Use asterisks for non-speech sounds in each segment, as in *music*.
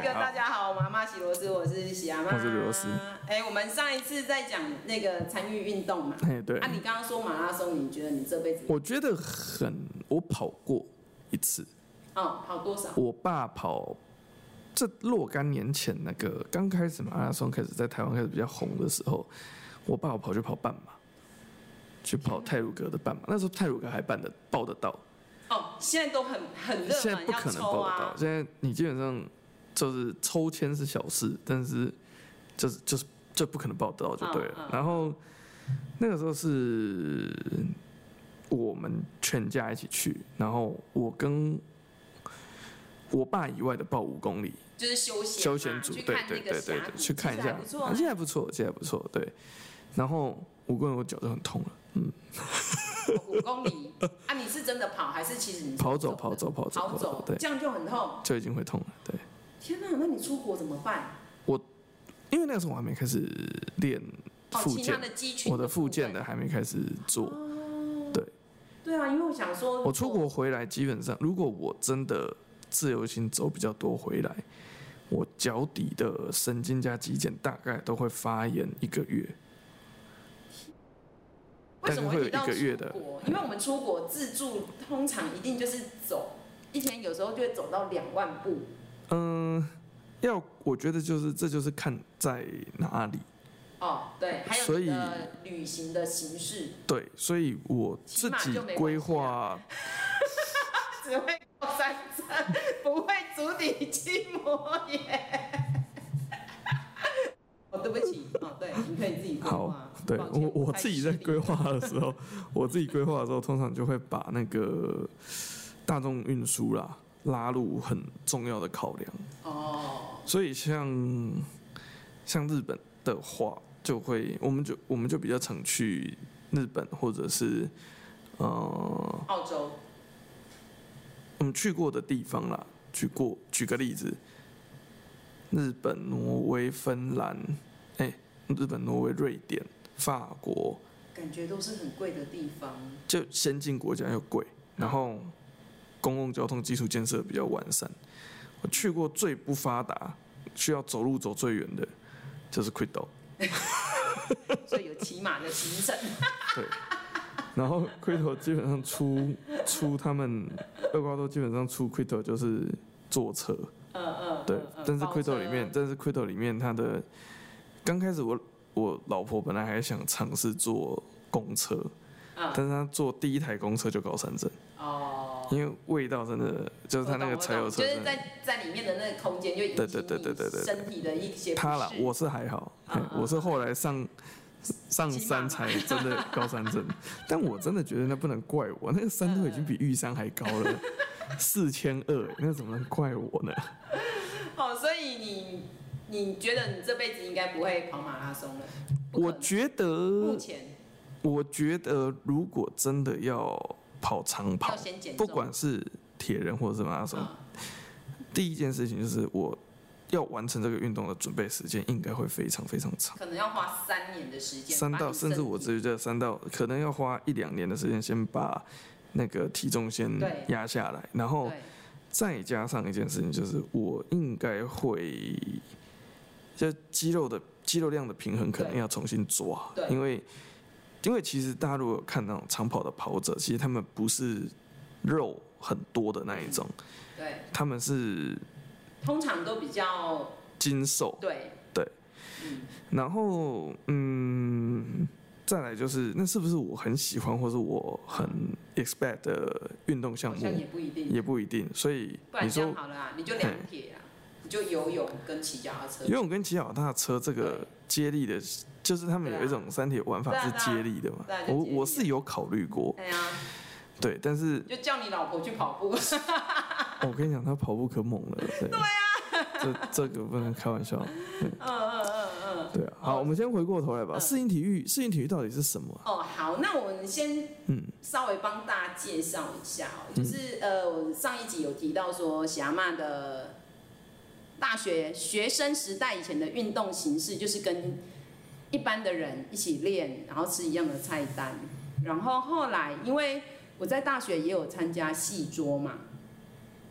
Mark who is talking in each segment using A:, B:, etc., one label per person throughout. A: 个大家好，我们阿妈喜罗斯，我是喜阿妈，
B: 我是刘斯。
A: 哎、我们上一次在讲那个参与运动嘛，
B: 嘿，哎对
A: 啊，，你刚刚说马拉松，你觉得你这辈子
B: 我觉得很，我跑过一次，
A: 哦跑多少？
B: 我爸跑。这若干年前，那个刚开始马拉松开始在台湾开始比较红的时候，我爸我跑去跑半马，去跑泰鲁格的半马。那时候泰鲁格还办得报得到，
A: 哦，现在都很很热
B: 现在
A: 门，
B: 不
A: 要
B: 可能
A: 抽
B: 报得到
A: 啊。。
B: 现在你基本上就是抽签是小事，但是就是就是就不可能报得到就对了。
A: 嗯嗯
B: 然后那个时候是呃我们全家一起去，然后我跟我爸以外的报五公里
A: 就是休闲嘛
B: 休闲组，
A: 去
B: 对
A: 看
B: 对
A: 那
B: 对
A: 个
B: 对
A: 峡
B: 对，
A: 谷，
B: 去看一
A: 其实
B: 下
A: 还不，错
B: 啊
A: 啊
B: 现。在不错，现在不错，对。然后五公里我脚就很痛了，嗯，
A: 五公里啊，你是真的跑还是其实你是
B: 跑走跑走跑走
A: 跑走，
B: 对，
A: 这样就很痛。
B: 就已经会痛了，对。
A: 天哪，那你出国怎么办？
B: 因为那个时候我还没开始练
A: 哦，
B: 复
A: 其他
B: 健，
A: 的肌群，
B: 我的复健的。还没开始做。
A: 对啊，因为我想说，
B: 我出国回来，基本上如果我真的自由行走比较多回来，我脚底的神经加肌腱大概都会发炎一个月。
A: 为什么提到
B: 但是会有一个月的
A: 出国？因为我们出国自助，通常一定就是走一天，有时候就会走到两万步。
B: 嗯，要我觉得就是这就是看在哪里。
A: 哦，对，还有
B: 所以
A: 你的旅行的形式，
B: 对，所以我自
A: 起码
B: 己
A: 就没
B: 规
A: 关系啊
B: 划
A: 只会靠山站，哦不会足底筋膜炎。哦，对不起，哦，对，你可以自己规划
B: 好。，对
A: 抱歉
B: 我我
A: 太
B: 自己
A: 失
B: 在
A: 礼
B: 规划的时候，我自己规划的时候，通常就会把那个大众运输啦拉入很重要的考量。
A: 哦，
B: 所以像像日本的话，就会我们就我们就比较常去日本，或者是呃
A: 澳洲
B: 我们去过的地方啦，去过举个例子，日本、挪威、芬兰，哎、日本、挪威、瑞典、法国。
A: 感觉都是很贵的地方。
B: 就先进国家又贵，然后公共交通基础建设比较完善。我去过最不发达、需要走路走最远的，就是 Quito。
A: 所以有骑马的行程，
B: 对，然后 Quito 基本上出出他们厄瓜多基本上出 Quito 就是坐车，
A: 嗯嗯，
B: 对
A: 嗯。嗯
B: 但是
A: 包车
B: Quito 里面，但是 Quito 里面它的刚开始我我老婆本来还想尝试坐公车，
A: 嗯
B: 但是她坐第一台公车就高山症。
A: 哦，
B: 因为味道真的就是它那个
A: 我懂
B: 柴油车
A: 我
B: 真
A: 懂就是
B: 的，
A: 在在里面的那个空间就引起
B: 对对对对对对
A: 你身体的一些不啊
B: 他啦，
A: 适
B: 我是还好，
A: 嗯
B: 嘿我是后来上上
A: 骑马
B: 山才真的高山
A: *laughs*
B: 症，但我真的觉得那不能怪我，那个山都已经比玉山还高
A: *laughs*
B: 了，四千二，那怎么能怪我呢？
A: 哦，所以你你觉得你这辈子应该不会跑马拉松了？不可
B: 我
A: 能
B: 觉
A: 目
B: 得，
A: 前
B: 我觉得如果真的要跑长跑
A: 要，先减
B: 不
A: 重，
B: 管是铁人或者是马拉松，
A: 嗯
B: 第一件事情就是我要完成这个运动的准备时间应该会非常非常长。
A: 可能要花三年的时间，
B: 三
A: 把
B: 到
A: 你
B: 甚至
A: 身
B: 我
A: 体
B: 直接三到，可能要花一两年的时间，先把那个体重先
A: 对
B: 压下来，然后
A: 对
B: 再加上一件事情，就是我应该会，就肌肉的肌肉量的平衡可能
A: 对
B: 要重新抓
A: 对，
B: 因为因为其实大家如果有看那种长跑的跑者，其实他们不是肉很多的那一种，
A: 嗯对，
B: 他们是
A: 通常都比较
B: 精瘦，
A: 对
B: 对，
A: 嗯，
B: 然后，嗯，再来就是，那是不是我很喜欢或是我很 expect 的运动项
A: 好像
B: 目
A: 也不一定，
B: 也不一定，所以
A: 不然
B: 你
A: 这
B: 说
A: 样好了啊，你就两铁啊，你就游泳跟骑脚踏车，
B: 游泳跟骑脚踏车这个接力的，就是他们
A: 对啊
B: 有一种三铁玩法
A: 对啊
B: 是
A: 对啊
B: 接力的嘛
A: 对啊，就
B: 我
A: 接力
B: 我是有考虑过，
A: 哎呀，
B: 对，
A: *laughs*
B: 但是
A: 就叫你老婆去跑步， *laughs* 嗯
B: 哦我跟你讲，他跑步可猛了，对啊，这这个不能开
A: *laughs*
B: 玩笑，
A: 嗯嗯嗯嗯。
B: 对啊，好，我们先回过头来吧，
A: 嗯
B: 适应体育，适应体育到底是什么啊？
A: 哦，好，那我们先
B: 嗯
A: 稍微帮大家介绍一下哦，就是、呃，我上一集有提到说，霞妈的大学学生时代以前的运动形式，就是跟一般的人一起练，然后吃一样的菜单，然后后来因为我在大学也有参加戏桌嘛，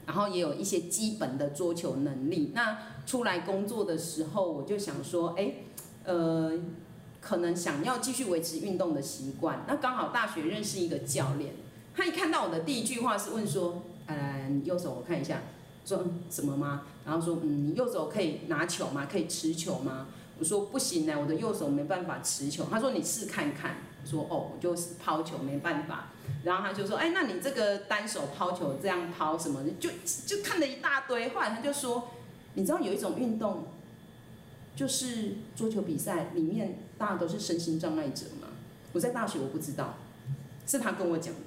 A: 然后也有一些基本的桌球能力。那出来工作的时候，我就想说，哎，呃，可能想要继续维持运动的习惯。那刚好大学认识一个教练，他一看到我的第一句话是问说，呃，你右手我看一下，说嗯什么吗？然后说，嗯，你右手可以拿球吗？可以持球吗？我说不行欸呢，我的右手没办法持球。他说你试看看。我说哦，我就是抛球没办法。然后他就说，哎，那你这个单手抛球这样抛什么的，就就看了一大堆。后来他就说，你知道有一种运动，就是桌球比赛里面大家都是身心障碍者吗？我在大学我不知道，是他跟我讲的。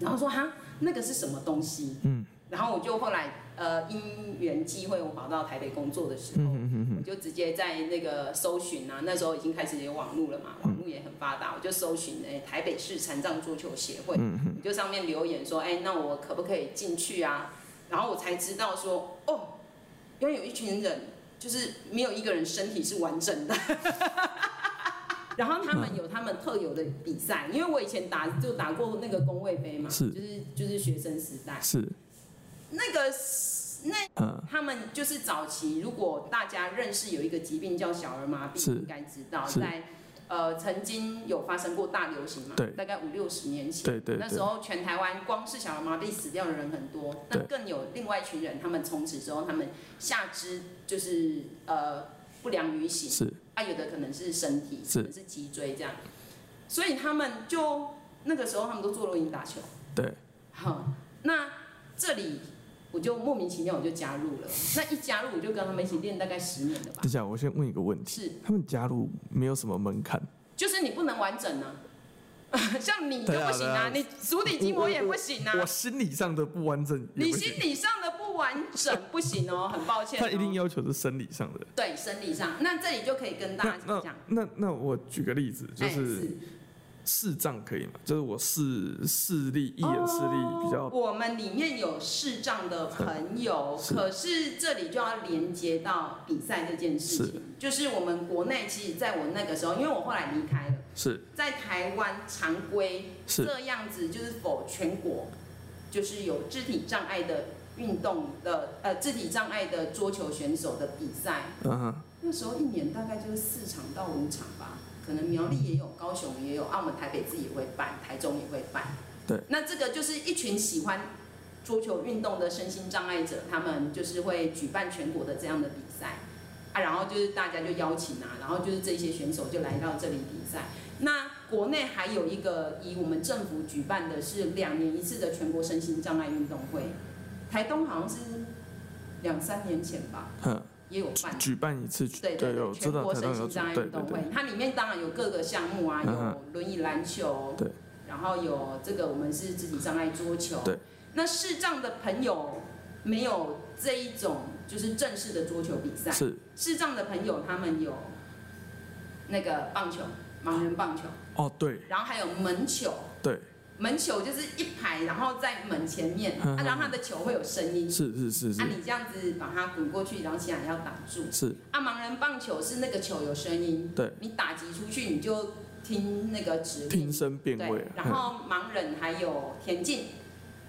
A: 然后说哈，那个是什么东西？
C: 嗯，
A: 然后我就后来呃因缘际会，我跑到台北工作的时候，
C: 嗯嗯
A: 我
C: 嗯
A: 就直接在那个搜寻啊，那时候已经开始有网络了嘛，
C: 嗯
A: 网络也很发达，我就搜寻哎、台北市残障桌球协会，
C: 嗯嗯
A: 我就上面留言说，哎、那我可不可以进去啊？然后我才知道说，哦，因为有一群人就是没有一个人身体是完整的。 *laughs* 然后他们有他们特有的比赛，因为我以前打就打过那个工位杯嘛，
C: 是
A: 就是就是学生时代
C: 嗯，是，
A: 那个
C: 嗯
A: 他们就是早期，如果大家认识有一个疾病叫小儿麻痹，
C: 是
A: 应该知道，
C: 是
A: 在呃曾经有发生过大流行嘛
C: 对，
A: 大概五六十年前，
C: 对对
A: 那
C: 对
A: 时，候全台湾光是小儿麻痹死掉的人很多，那
C: 对
A: 更有另外一群人，他们从此之后，他们下肢就是呃不良于行，
C: 是
A: 啊，有的可能是身体，
C: 是
A: 可能是脊椎这样，所以他们就那个时候他们都坐轮椅打球。
C: 对，
A: 好，那这里我就莫名其妙我就加入了，那一加入我就跟他们一起练大概十年了吧
C: 等一，下，我先问一个问题：
A: 是，
C: 他们加入没有什么门槛？
A: 就是你不能完整啊， *laughs* 像你就
C: 对啊
A: 不行
C: 对啊
A: 啊，你足底筋膜也不行啊
C: 我，心理上的不完整也
A: 你
C: 不
A: 心
C: 行，
A: 理上的不完整不行哦，很抱歉、哦，
C: 他一定要求是生理上的。
A: 对生理上，那这里就可以跟大
C: 那
A: 家
C: 那
A: 讲，
C: 那那我举个例子，就
A: 哎
C: 是视障可以吗？就是我视视力一眼视力比较
A: 哦我们里面有视障的朋友，
C: 是
A: 可是这里就要连接到比赛这件事
C: 是
A: 情，就是我们国内其实在我那个时候，因为我后来离开了，
C: 是
A: 在台湾常规
C: 是
A: 这样子，就是否全国就是有肢体障碍的运动的呃肢体障碍的桌球选手的比赛，
C: 嗯哼
A: 那时候一年大概就是四场到五场吧，可能苗栗也有，高雄也有，澳门、台北自己也会办，台中也会办。
C: 对，
A: 那这个就是一群喜欢桌球运动的身心障碍者，他们就是会举办全国的这样的比赛啊，然后就是大家就邀请啊，然后就是这些选手就来到这里比赛。那国内还有一个以我们政府举办的是两年一次的全国身心障碍运动会，台东好像是两三年前吧
C: 哼，
A: 也有办。
C: 举办一次，
A: 对对
C: 有
A: 对，
C: 知
A: 全
C: 道
A: 国
C: 台
A: 身
C: 上有
A: 心
C: 举
A: 障碍
C: 对
A: 运
C: 对
A: 动会
C: 对，
A: 它里面当然有各个项目啊，
C: 嗯哼
A: 有轮椅篮球，
C: 对，
A: 然后有这个我们是肢体障碍桌球，
C: 对。
A: 那视障的朋友没有这一种就是正式的桌球比赛，
C: 是
A: 视障的朋友他们有那个棒球，盲人棒球，
C: 哦对
A: 然后还有门球，
C: 对
A: 门球就是一排，然后在门前面，
C: 嗯
A: 啊，
C: 哼
A: 然后它的球会有声音，
C: 是是是
A: 啊，
C: 是
A: 你这样子把它滚过去，然后其他人要挡住。
C: 是，
A: 啊，盲人棒球是那个球有声音，
C: 对，
A: 你打击出去你就听那个指
C: 听
A: 令，
C: 声辨位
A: 对。，然后盲人还有田径，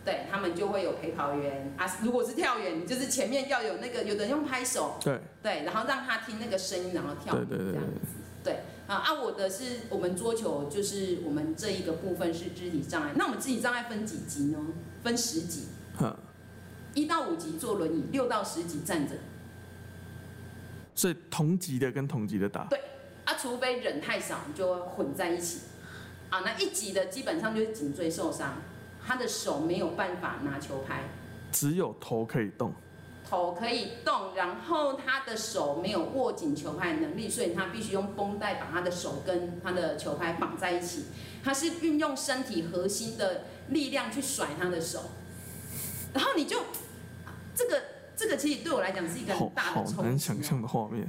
A: 对他们就会有陪跑员啊，如果是跳远，就是前面要有那个，有的人用拍手，
C: 嗯对
A: 对，然后让他听那个声音，然后跳，
C: 对对对
A: 这
C: 对
A: 样啊啊，我的是我们桌球就是我们这一个部分是肢体障碍，那我们肢体障碍分几级呢？分十级，
C: 哼，
A: 一到五级坐轮椅，六到十级站着。
C: 所以同级的跟同级的打，
A: 啊，除非人太少，你就会混在一起。啊，那一级的基本上就是颈椎受伤，他的手没有办法拿球拍，
C: 只有头可以动，
A: 头可以动，然后他的手没有握紧球拍的能力，所以他必须用绷带把他的手跟他的球拍绑在一起。他是运用身体核心的力量去甩他的手，然后你就这个这个其实对我来讲是一个
C: 好
A: 很啊大
C: 好
A: 的冲击、
C: 难想象的画面。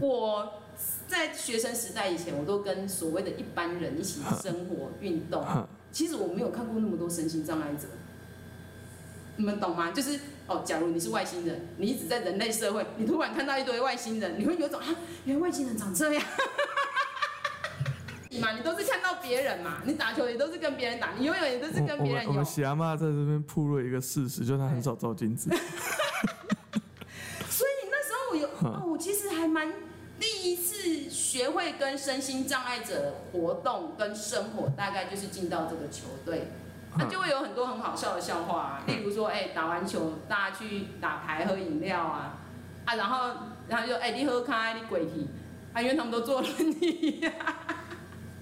A: 我在学生时代以前，我都跟所谓的一般人一起生活、运动。
B: 嗯
C: 哼
A: 其实我没有看过那么多身心障碍者，你们懂吗？就是哦，假如你是外星人，你一直在人类社会，你突然看到一堆外星人，你会有种啊，原来外星人长这样。 *laughs* 嘛，你都是看到别人嘛，你打球也都是跟别人打，你游泳也都是跟
B: 我我
A: 别人
B: 们我
A: 游
B: 们。喜阿妈在这边铺了一个事实，就是她很少照
A: *laughs*
B: 镜子。
A: 所以那时候我有，
B: 嗯
A: 哦，我其实还蛮第一次学会跟身心障碍者活动跟生活，大概就是进到这个球队，
D: 嗯啊
A: 那就会有很多很好笑的笑话、啊，例如说，哎、打完球大家去打牌喝饮料啊，啊，然后然后就哎、你喝咖你鬼体，啊，因为他们都坐轮
D: *laughs*
A: 椅、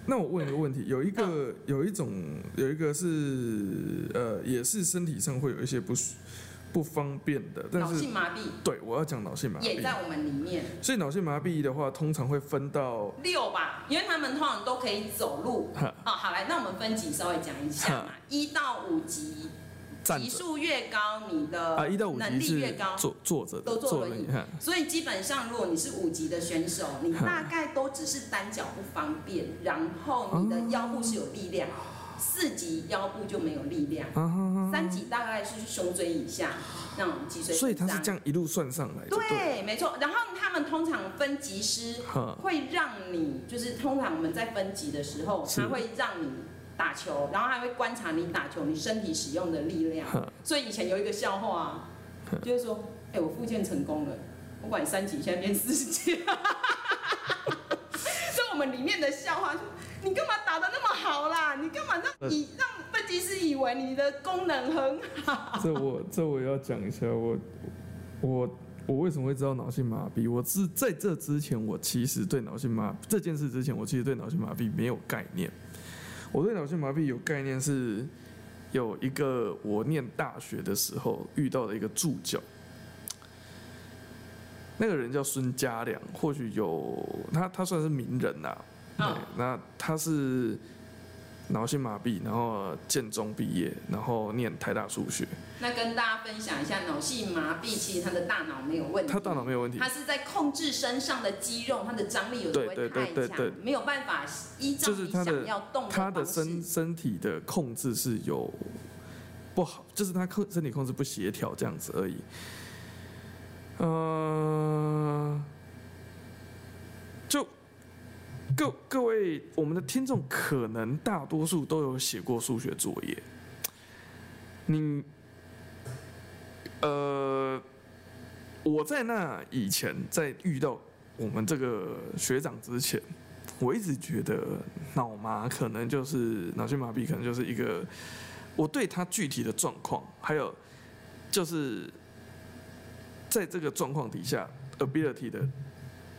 D: 那我问一个问题，有一个有一种有一个是呃，也是身体上会有一些不舒不方便的，但
A: 脑
D: 是
A: 性麻痹
D: 对我要讲脑性麻
A: 也
D: 痹，
A: 在我们里面。
D: 所以脑性麻痹的话，通常会分到
A: 六吧，因为他们通常都可以走路。
D: 嗯
B: 哈
A: 哦，好来，那我们分级稍微讲一下嘛
B: 哈，
A: 一到五级，
B: 站
A: 级
B: 着
A: 数越高，你的
B: 啊，一到五
A: 能
B: 级
A: 力越
B: 是
A: 高。
B: 坐坐着的，
A: 都坐
B: 坐
A: 轮椅
B: 椅。哈
A: 所以基本上，如果你是五级的选手，你
B: 哈
A: 大概都只是单脚不方便，然后你的腰部是有力量，四级腰部就没有力量，
B: 啊哈哈
A: 三级大概是胸椎以下那种脊髓
D: 所以
A: 损
D: 他是
A: 伤。
D: 这样一路算上来的，对
A: 对，没错。然后他们通常分级师
B: 哈
A: 会让你，就是通常我们在分级的时候，
B: 是
A: 他会让你打球，然后还会观察你打球，你身体使用的力量
B: 哼。
A: 所以以前有一个笑话、啊
B: 哼，
A: 就是说，哎、我复健成功了，我管三级，现在变四级。 *laughs* 所以我们里面的笑话，说你干嘛打的那么好啦？你干嘛
B: 嗯
A: 让以让分级师以为你的功能很
B: *laughs* 这我这我要讲一下，我我我为什么会知道脑性麻痹？我是在这之前，我其实对脑性麻这件事之前，我其实对脑性麻痹没有概念。我对脑性麻痹有概念是有一个我念大学的时候遇到的一个助教，那个人叫孙家良，或许有他他算是名人呐、对
A: 好？，
B: 那他是脑性麻痹，然后建中毕业，然后念台大数学。
A: 那跟大家分享一下，脑性麻痹其实他的大脑没有问题，
B: 他大脑没有问题
A: 它，是在控制身上的肌肉，它的张力有时候
B: 对
A: 会
B: 对
A: 太
B: 对对
A: 强，没有办法依照
B: 就是
A: 你
B: 它的
A: 想要动
B: 他
A: 的
B: 的
A: 方
B: 身
A: 式。
B: 身体的控制是有不好，就是他控身体控制不协调这样子而已。呃，就各各位我们的听众可能大多数都有写过数学作业，你呃，我在那以前在遇到我们这个学长之前。我一直觉得脑麻可能就是脑性麻痹，可能就是一个我对他具体的状况，还有就是在这个状况底下 ability 的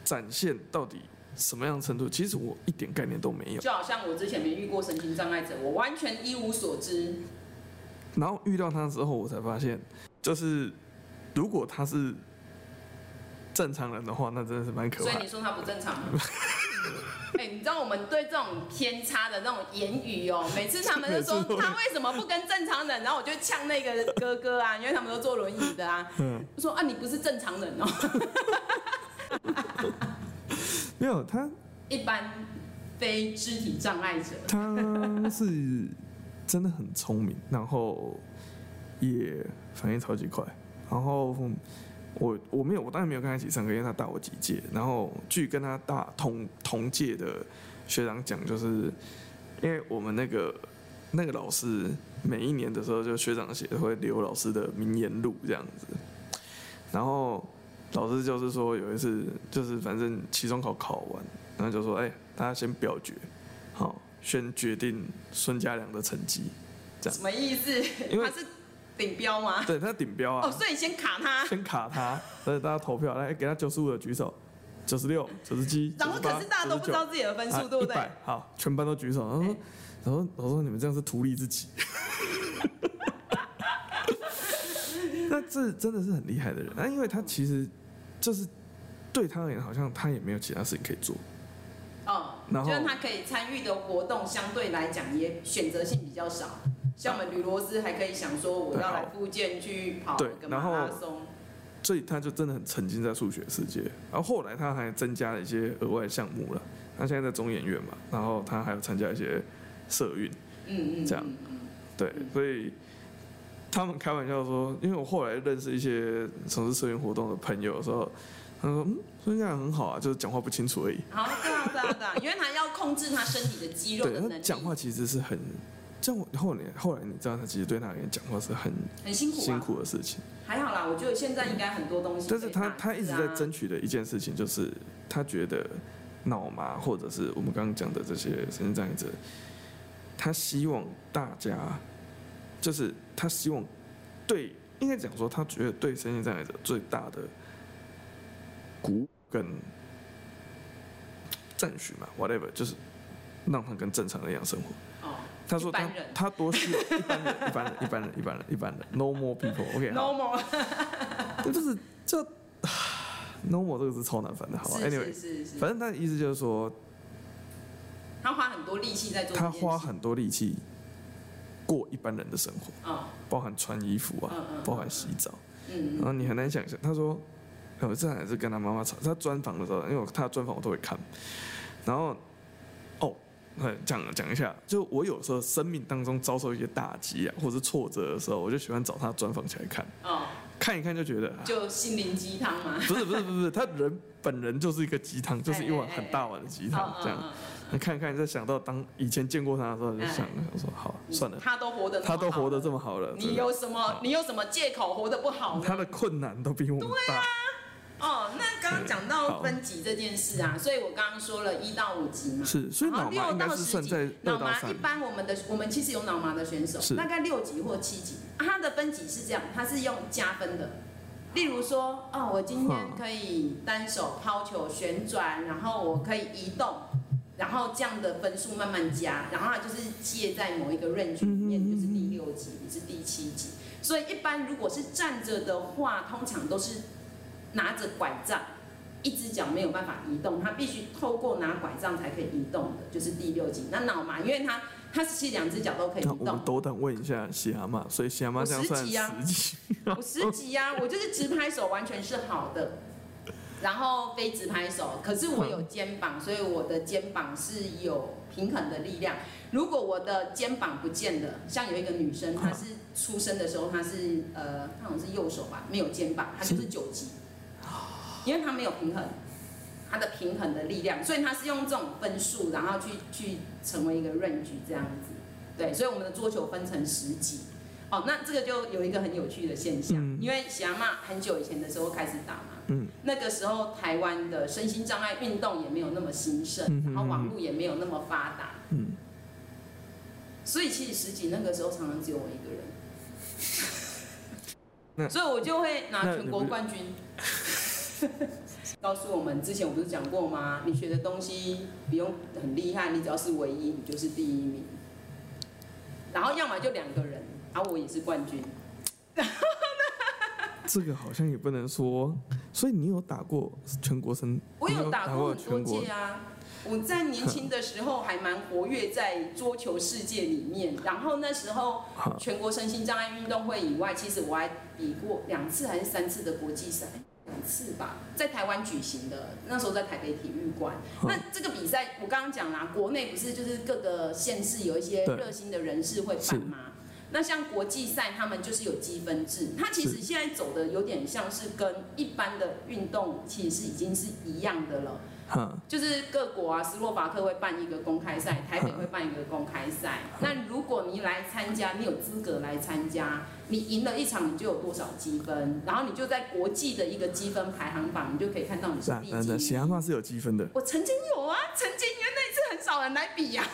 B: 展现到底什么样程度，其实我一点概念都没有。
A: 就好像我之前没遇过神经障碍者，我完全一无所知。
B: 然后遇到他之后，我才发现，就是如果他是正常人的话，那真的是蛮可
A: 所以
B: 怕的。
A: 你说它不正常
B: *laughs*
A: 吗？哎、你知道我们对这种偏差的那种言语哦，每次他们就说
B: *laughs* 每次都会
A: 他为什么不跟正常人，然后我就呛那个哥哥啊，因为他们都坐轮椅的
B: *laughs*
A: 啊，
B: 嗯
A: 我说啊你不是正常人哦， *laughs*
B: 没有他，
A: 一般非肢体障碍者，
B: 他是真的很聪明，然后也反应超级快。然后我我没有，我当然没有跟他一起上课，因为他大我几届。然后据跟他大同同届的学长讲，就是因为我们那个那个老师每一年的时候，就学长写会留老师的名言录这样子。然后老师就是说有一次，就是反正期中考考完，然后就说：“哎、大家先表决，好，先决定孙家良的成
A: *laughs*
B: 绩。这样
A: 什么意思？
B: 因为
A: 他是顶标吗？
B: 对他顶标啊，
A: 哦，啊所以先卡他，
B: 先卡他，所以大家投票，来给他九十五的举手，九十六、九十七、
A: *laughs* 然后可是大家都不知道自己的分数，对不对？哎
B: 100好，啊全班都举手，然后说，然后我说你们这样是图利
A: *laughs*
B: 自己。那这真的是很厉害的人，那因为他其实就是对他而言，好像他也没有其他事情可以做，
A: 哦，
B: 然后
A: 就是他可以参与的活动相对来讲也选择性比较少。像我们吕罗斯还可以想说，我要来复健去跑
B: 对
A: 个
B: 然
A: 马
B: 后
A: 拉松，
B: 所以他就真的很沉浸在数学世界。然后后来他还增加了一些额外的项目了，他现在在中研院嘛，然后他还有参加一些社运，
A: 嗯嗯，
B: 这样
A: 嗯嗯
B: 对，所以他们开玩笑说，因为我后来认识一些从事社运活动的朋友的时候，他说嗯，孙亚很好啊，就是讲话不清楚而已。
A: 好，对啊，对啊，对啊，因为他要控制他身体的肌肉
B: 对
A: 的能
B: 他
A: 力，
B: 讲话其实是很，像我后来后来你知道，他其实对他而言讲话是很
A: 很辛苦啊。
B: 辛苦的事情。
A: 还好啦，我觉得现在应该很多东西可
B: 但
A: 以打
B: 是
A: 字啊、
B: 他他一直在争取的一件事情就是，他觉得脑麻或者是我们刚刚讲的这些神经障碍者，他希望大家，就是他希望对，应该讲说，他觉得对神经障碍者最大的鼓舞跟赞许嘛，whatever，就是让他跟正常人一样生活。
A: 哦，
B: 他说
A: 一
B: 他
A: 般人
B: 他多需要一般人，一般人，一般人，一般人，一般人，no more people，OK，、好。
A: no more，
B: *laughs* 对，就是这 normal 这个字超难翻的，好吧
A: 是是
B: ？Anyway，
A: 是是，
B: 反正他的意思就是说，
A: 他花很多力气在做这
B: 他
A: 件事，
B: 花很多力气过一般人的生活，
A: 哦，
B: 包含穿衣服啊，
A: 嗯嗯，
B: 包含洗澡，
A: 嗯，
B: 然后你很难想象。他说，呃，这还是跟他妈妈吵。他专访的时候，因为我他的专访我都会看，然后哦，呃讲讲一下，就我有时候生命当中遭受一些打击啊，或者是挫折的时候，我就喜欢找他的专访起来看，
A: 嗯哦，
B: 看一看就觉得。啊
A: 就心灵鸡汤嘛，
B: 不是不是不是不是，他人本人就是一个鸡汤，就是一碗很大碗的鸡汤
A: 哦
B: 这样。
A: 嗯嗯
B: 你看看，再想到当以前见过他的时候，就想我说好
A: 嗯
B: 算了，
A: 他都活得
B: 他都活得这
A: 么
B: 么好了
A: 好，，
B: 真
A: 你
B: 的
A: 有什么你有什么借口活得不好呢？
B: 他的困难都比我们
A: 啊
B: 大，
A: 哦，那刚刚讲
B: 对
A: 到
B: 好
A: 分级这件事啊，所以我刚刚说了一到五级嘛，
B: 是，所以
A: 然
B: 脑
A: 后六
B: 麻应该
A: 到
B: 是
A: 十
B: 算
A: 级
B: 在六
A: 脑
B: 到
A: 麻
B: 三
A: 一，般我们的我们其实有脑麻的选手
B: 是，
A: 大概六级或七级，啊他的分级是这样，他是用加分的。例如说，哦，我今天
B: 嗯
A: 可以单手抛球旋转，然后我可以移动，然后这样的分数慢慢加，然后它就是借在某一个 range 里面，就是第六级，你是第七级。所以一般如果是站着的话，通常都是拿着拐杖，一只脚没有办法移动，他必须透过拿拐杖才可以移动的，就是第六级。那脑麻，因为他他其实两只脚都可以移
B: 那我
A: 动
B: 们，斗胆问一下喜蛤蟆，所以喜蛤蟆这样算
A: 我十级啊
B: 十级，
A: 我十级呀、我就是直拍手完全是好的，然后非直拍手，可是我有肩膀，所以我的肩膀是有平衡的力量。如果我的肩膀不见了，像有一个女生，她是出生的时候她是呃，她好像是右手吧，没有肩膀，她就是九级，因为她没有平衡。她的平衡的力量，所以她是用这种分数，然后去去成为一个 range 这样子，对，所以我们的桌球分成十级，哦，那这个就有一个很有趣的现象，
B: 嗯
A: 因为喜阿妈很久以前的时候开始打嘛，
B: 嗯
A: 那个时候台湾的身心障碍运动也没有那么兴盛，
B: 嗯哼
A: 然后网络也没有那么发达，
B: 嗯，
A: 所以其实十级那个时候常常只有我一个人，
B: *laughs* 那
A: 所以我就会拿
B: 那
A: 全
B: 你
A: 国
B: 不是
A: 冠军。 *laughs* 告诉我们，之前我不是讲过吗？你学的东西不用很厉害，你只要是唯一，你就是第一名。然后要么就两个人，然后我也是冠军。
B: 这个好像也不能说，所以你有打过全国生，
A: 我
B: 你
A: 有打
B: 打
A: 过
B: 全
A: 很多
B: 国
A: 届啊，我在年轻的时候还蛮活跃在桌球世界里面，然后那时候
B: 好
A: 全国身心障碍运动会以外，其实我还比过两次还是三次的国际赛，两次吧，在台湾举行的，那时候在台北体育馆。
B: 嗯
A: 那这个比赛我刚刚讲啦，国内不是就是各个县市有一些
B: 对
A: 热心的人士会
B: 是
A: 办吗？那像国际赛，他们就是有积分制，它其实
B: 是
A: 现在走的有点像是跟一般的运动其实是已经是一样的了。
B: 哈，
A: 就是各国啊，斯洛伐克会办一个公开赛，台北会办一个公开
B: *laughs*
A: 赛。那如果你来参加，你有资格来参加，你赢了一场，你就有多少积分，然后你就在国际的一个积分排行榜，你就可以看到你
B: 是
A: 是
B: 啊，
A: 第
B: 那那
A: 几
B: 喜蛤
A: 名。
B: 蟆是有积分的，
A: 我曾经有啊，曾经因为那一次很少人来比呀、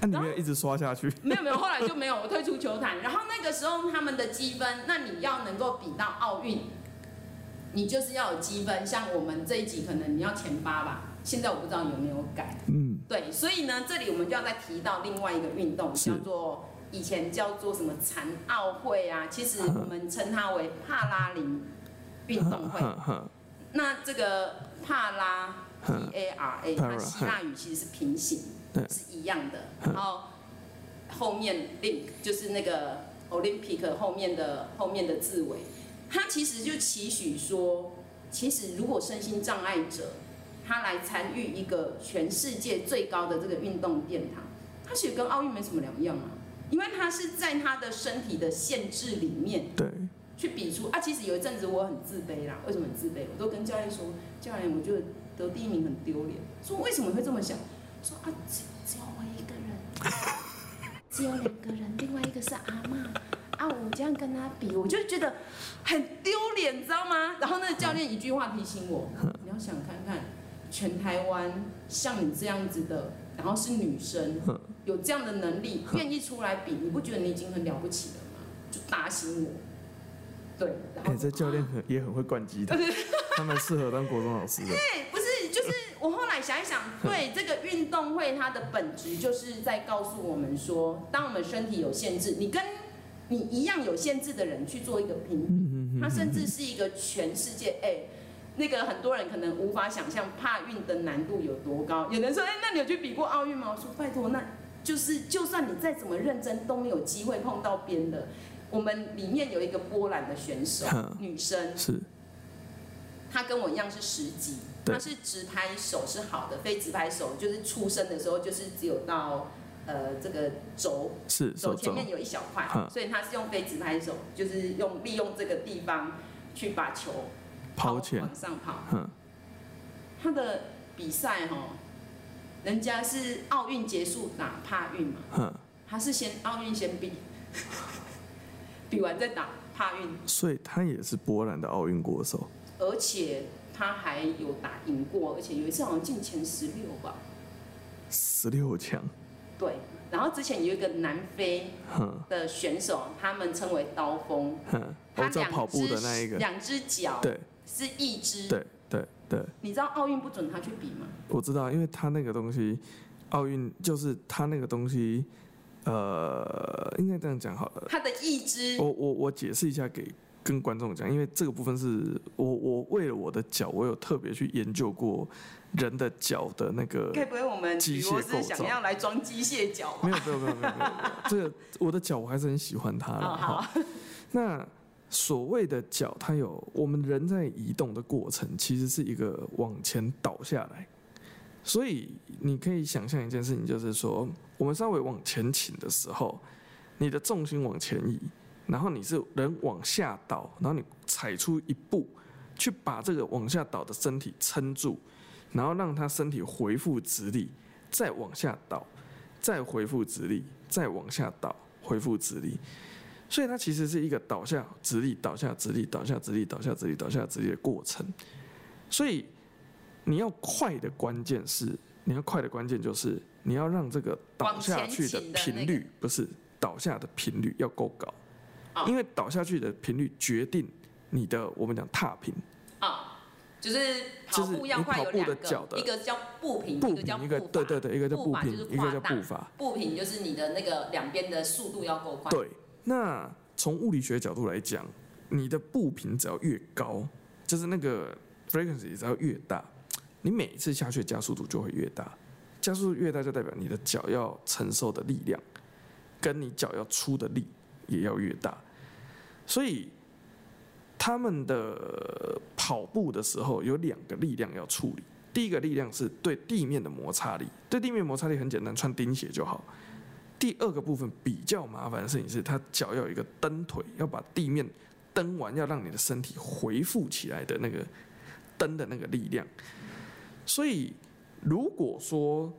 B: 啊，你没有一直刷下去，
A: 没有没有，后来就没有，我退出球坛。然后那个时候他们的积分，那你要能够比到奥运，你就是要有积分。像我们这一集可能你要前八吧，现在我不知道有没有改。
B: 嗯。
A: 对，所以呢，这里我们就要再提到另外一个运动，
B: 是
A: 叫做以前叫做什么残奥会啊，其实我们称它为帕拉林运动
B: *laughs*
A: 会。
B: 哼哼
A: 那这个帕拉 P
B: 哼
A: E A R A，
B: Para，
A: 它希腊语其实是平行
B: 对，
A: 是一样的。
B: 嗯
A: 然后后面 link 就是那个 Olympic 后面的后面的字尾，它其实就期许说，其实如果身心障碍者他来参与一个全世界最高的这个运动殿堂，它其实跟奥运没什么两样啊，因为它是在他的身体的限制里面。
B: 对，
A: 去比出啊。其实有一阵子我很自卑啦，为什么很自卑？我都跟教练说，教练，我觉得得第一名很丢脸。说为什么会这么想？说啊，只只有我一个人，只有两个人，另外一个是阿嬷。啊，我这样跟他比，我就觉得很丢脸，你知道吗？然后那个教练一句话提醒我，你要想看看，全台湾像你这样子的，然后是女生，有这样的能力，愿意出来比，你不觉得你已经很了不起了吗？就打醒我，对，然后、
B: 哎，这教练很也很会灌
A: *laughs*
B: 鸡汤，他蛮适合当国中老师的。
A: 对，不是，就是我后来想一想，对这个运动会它的本质就是在告诉我们说，当我们身体有限制，你跟你一样有限制的人去做一个平
B: 嗯
A: 它甚至是一个全世界哎、那个很多人可能无法想象帕运的难度有多高。有人说，哎、那你有去比过奥运吗？我说，拜托，那就是就算你再怎么认真，都没有机会碰到边的。我们里面有一个波兰的选手
B: 哼，
A: 女生，
B: 是
A: 她跟我一样是十级，
B: 对
A: 她是直拍手是好的，非直拍手就是出生的时候就是只有到呃这个肘
B: 是
A: 手
B: 手
A: 前
B: 肘，
A: 面有一小块
B: 嗯，
A: 所以他是用非直拍手，就是用利用这个地方去把球
B: 抛钱
A: 往上跑。
B: 嗯，
A: 他的比赛哦，人家是奥运结束打帕运嘛，
B: 哼，
A: 他是先奥运先比， *laughs* 比完再打帕运，
B: 所以他也是波兰的奥运国手。
A: 而且他还有打赢过，而且有一次好像进前十六吧，
B: 十六强，
A: 对。然后之前有一个南非
B: 哼
A: 的选手，他们称为刀锋，
B: 哼，
A: 他
B: 嗯我知道
A: 两
B: 哦跑步的
A: 只
B: 那一个，
A: 两只脚
B: 对
A: 是一只。
B: 对对对，
A: 你知道奥运不准他去比吗？
B: 我知道，因为他那个东西，奥运就是他那个东西，呃，哦应该这样讲好了。
A: 他的一只
B: 我我我解释一下给跟观众讲，因为这个部分是我我为了我的脚，我有特别去研究过人的脚的那个
A: 该不会我们
B: 机
A: 比
B: 械
A: 罗斯
B: 构
A: 想
B: 造
A: 要来装机械脚吧？
B: 没有没有没有没有没有，这个我的脚我还是很喜欢它的
A: 哦好
B: 哈。那所谓的脚，它有我们人在移动的过程，其实是一个往前倒下来。所以你可以想象一件事情，就是说，我们稍微往前倾的时候，你的重心往前移，然后你是人往下倒，然后你踩出一步，去把这个往下倒的身体撑住，然后让他身体恢复直立，再往下倒，再恢复直立，再往下倒，恢复直立。所以它其实是一个倒下、直立、倒下、直立、倒下、直立、倒下、直立、倒下、直立的过程。所以你要快的关键是，你要快的关键就是你要让这个倒
A: 往前
B: 下去
A: 倾的
B: 的
A: 那
B: 频
A: 个
B: 率，不是倒下的频率要够高，
A: 哦
B: 因为倒下去的频率决定你的我们讲踏频。
A: 啊，就是跑
B: 就是
A: 步
B: 你
A: 要快
B: 跑
A: 有
B: 步
A: 两
B: 的
A: 个
B: 脚的
A: 一个叫步频，
B: 步
A: 一个叫
B: 频
A: 步
B: 一个对对
A: 伐。
B: 对，一个叫
A: 步
B: 步
A: 伐
B: 频
A: 就是，
B: 一个
A: 跨
B: 叫
A: 大
B: 步伐。
A: 步频就是你的那个两边的速度要够快。
B: 对，那从物理学角度来讲，你的步频只要越高，就是那个 frequency 只要越大，你每一次下去的加速度就会越大，加速度越大就代表你的脚要承受的力量，跟你脚要出的力也要越大，所以。他们的跑步的时候有两个力量要处理，第一个力量是对地面的摩擦力，对地面摩擦力很简单，穿钉鞋就好。第二个部分比较麻烦的事情是，它脚要有一个蹬腿，要把地面蹬完，要让你的身体回复起来的那个蹬的那个力量。所以，如果说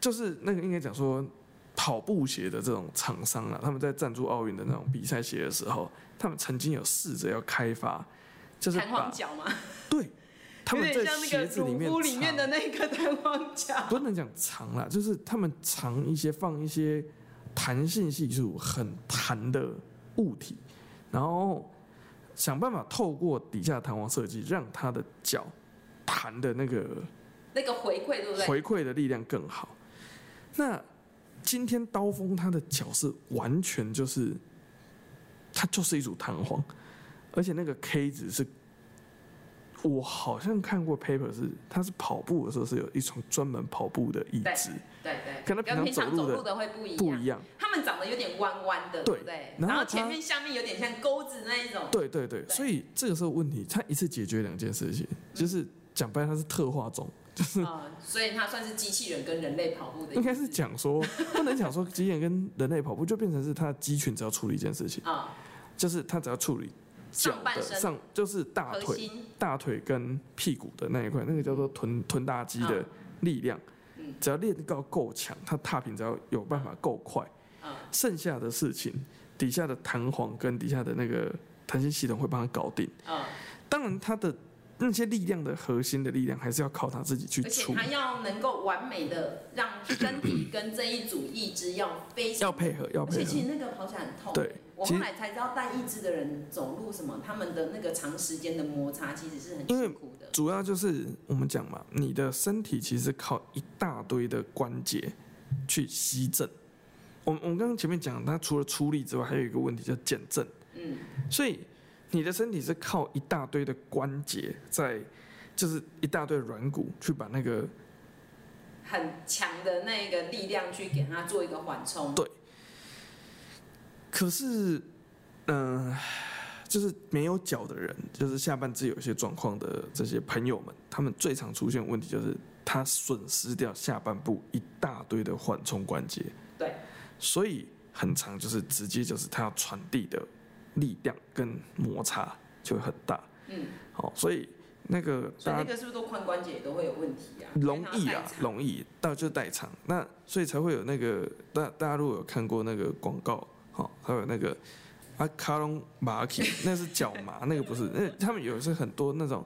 B: 就是那个应该讲说跑步鞋的这种厂商啊，他们在赞助奥运的那种比赛鞋的时候，他们曾经有试着要开发，就是
A: 弹簧
B: 把
A: 脚嘛，
B: 对他
A: 有
B: 们
A: 点
B: 在
A: 像那
B: 鞋
A: 个
B: 子里
A: 乳
B: 面
A: 夫里面
B: 藏
A: 的那个弹簧脚。
B: 不能讲藏啦，就是他们藏一些放一些弹性系数很弹的物体，然后想办法透过底下的弹簧设计，让他的脚弹的那个
A: 那个回馈对不对？
B: 回馈的力量更好。那今天刀锋他的脚是完全就是，它就是一组弹簧，而且那个 K 值是，我好像看过 paper 是，他是跑步的时候是有一种专门跑步的椅子，
A: 对对，
B: 跟他
A: 跟
B: 平
A: 平
B: 常
A: 常
B: 走
A: 走
B: 路的
A: 路的会不一
B: 不
A: 样
B: 一。样。
A: 他们长得有点弯弯的，
B: 对
A: 对不对？
B: 然后
A: 然后
B: 它
A: 前面下面有点像钩子那一种，
B: 对对对，所以这个时候问题，他一次解决两件事情，
A: 嗯
B: 就是讲白了，他是特化种。
A: 啊、所以它算是机器人跟人类跑步的意思，
B: 应该是讲说，不能讲说鸡眼跟人类跑步，就变成是他的鸡群只要处理一件事情。
A: 啊、
B: 就是他只要处理
A: 上
B: 脚
A: 半
B: 的
A: 身
B: 上就是大
A: 核
B: 腿、
A: 心
B: 大腿跟屁股的那一块，那个叫做臀臀大肌的
A: 嗯
B: 力量
A: 嗯，
B: 只要练到够强，他踏平只要有办法够快，
A: 嗯
B: 剩下的事情底下的弹簧跟底下的那个弹性系统会帮他搞定。
A: 嗯，
B: 当然，他的那些力量的核心的力量还是要靠他自己去
A: 而且
B: 出，
A: 它要能够完美的让身体跟这一组义肢要非常
B: 要配合，要
A: 而且
B: 配
A: 其
B: 合。
A: 实那个跑起来很痛。
B: 对，
A: 我
B: 其
A: 后
B: 实
A: 来才知道带义肢的人走路什么，他们的那个长时间的摩擦其实是很
B: 因为
A: 辛苦的。
B: 主要就是我们讲嘛，你的身体其实靠一大堆的关节去吸震。我我们刚刚前面讲，它除了出力之外，还有一个问题叫减震。
A: 嗯，
B: 所以你的身体是靠一大堆的关节在，就是一大堆软骨去把那个
A: 很强的那个力量去给他做一个缓冲。
B: 对可是，嗯、就是没有脚的人，就是下半肢有一些状况的这些朋友们，他们最常出现的问题就是他损失掉下半部一大堆的缓冲关节。
A: 对，
B: 所以很长就是直接就是他要传递的力量跟摩擦就会很大。
A: 嗯，
B: 好，所以那个
A: 所以
B: 大
A: 那
B: 家
A: 个是不是都髋关节都会有问题啊？
B: 啊容易
A: 因为它
B: 啊
A: 太，长
B: 容易到就是代偿，那所以才会有那个大大家如果有看过那个广告，好、还有那个啊卡隆马奇，那是脚麻，那个不是，那他们有是很多那种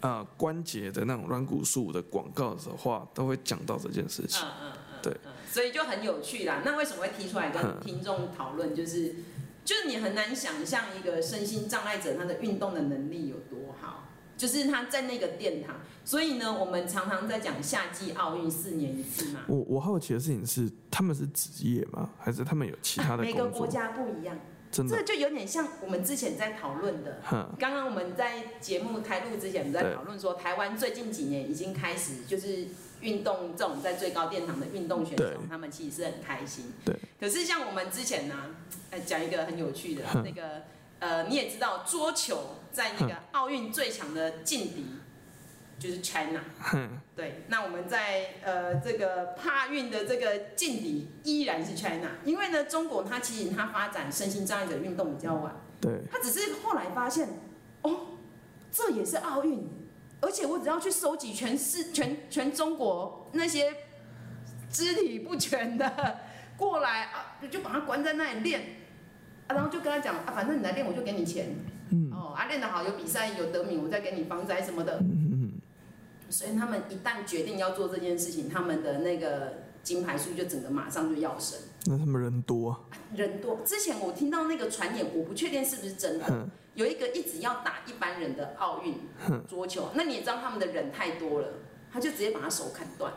B: 呃关节的那种软骨素的广告的话，都会讲到这件事情。
A: 嗯嗯嗯，
B: 对
A: 嗯，所以就很有趣啦。那为什么会提出来跟
B: 嗯
A: 听众讨论？就是就是你很难想象一个身心障碍者他的运动的能力有多好，就是他在那个殿堂。所以呢，我们常常在讲夏季奥运四年一次嘛，
B: 我我好奇的事情是，他们是职业吗？还是他们有其他的
A: 每个
B: 工
A: 国
B: 作？
A: 家不一样，
B: 真
A: 这
B: 的，
A: 个就有点像我们之前在讨论的。
B: 哼，
A: 刚刚我们在节目开录之前，我们在
B: 对
A: 讨论说，台湾最近几年已经开始就是运动这种在最高殿堂的运动选手
B: 对，
A: 他们其实是很开心。
B: 对。
A: 可是像我们之前呢、呃，讲一个很有趣的
B: 哼
A: 那个，呃，你也知道，桌球在那个奥运最强的劲敌就是 China。对，那我们在呃这个帕运的这个劲敌依然是 China，因为呢，中国它其实它发展身心障碍者运动比较晚。
B: 对，
A: 他只是后来发现，哦，这也是奥运，而且我只要去收集全世全全中国那些肢体不全的过来啊，就把他关在那里练，啊，然后就跟他讲啊，反正你来练，我就给你钱，嗯，哦，啊，练得好有比赛有得名，我再给你房宅什么的，所以他们一旦决定要做这件事情，他们的那个金牌数就整个马上就要升。
B: 那他们人多啊、
A: 人多。之前我听到那个传言，我不确定是不是真
B: 嗯
A: 的，有一个一直要打一般人的奥运桌球，那你也知道他们的人太多了，他就直接把他手砍断。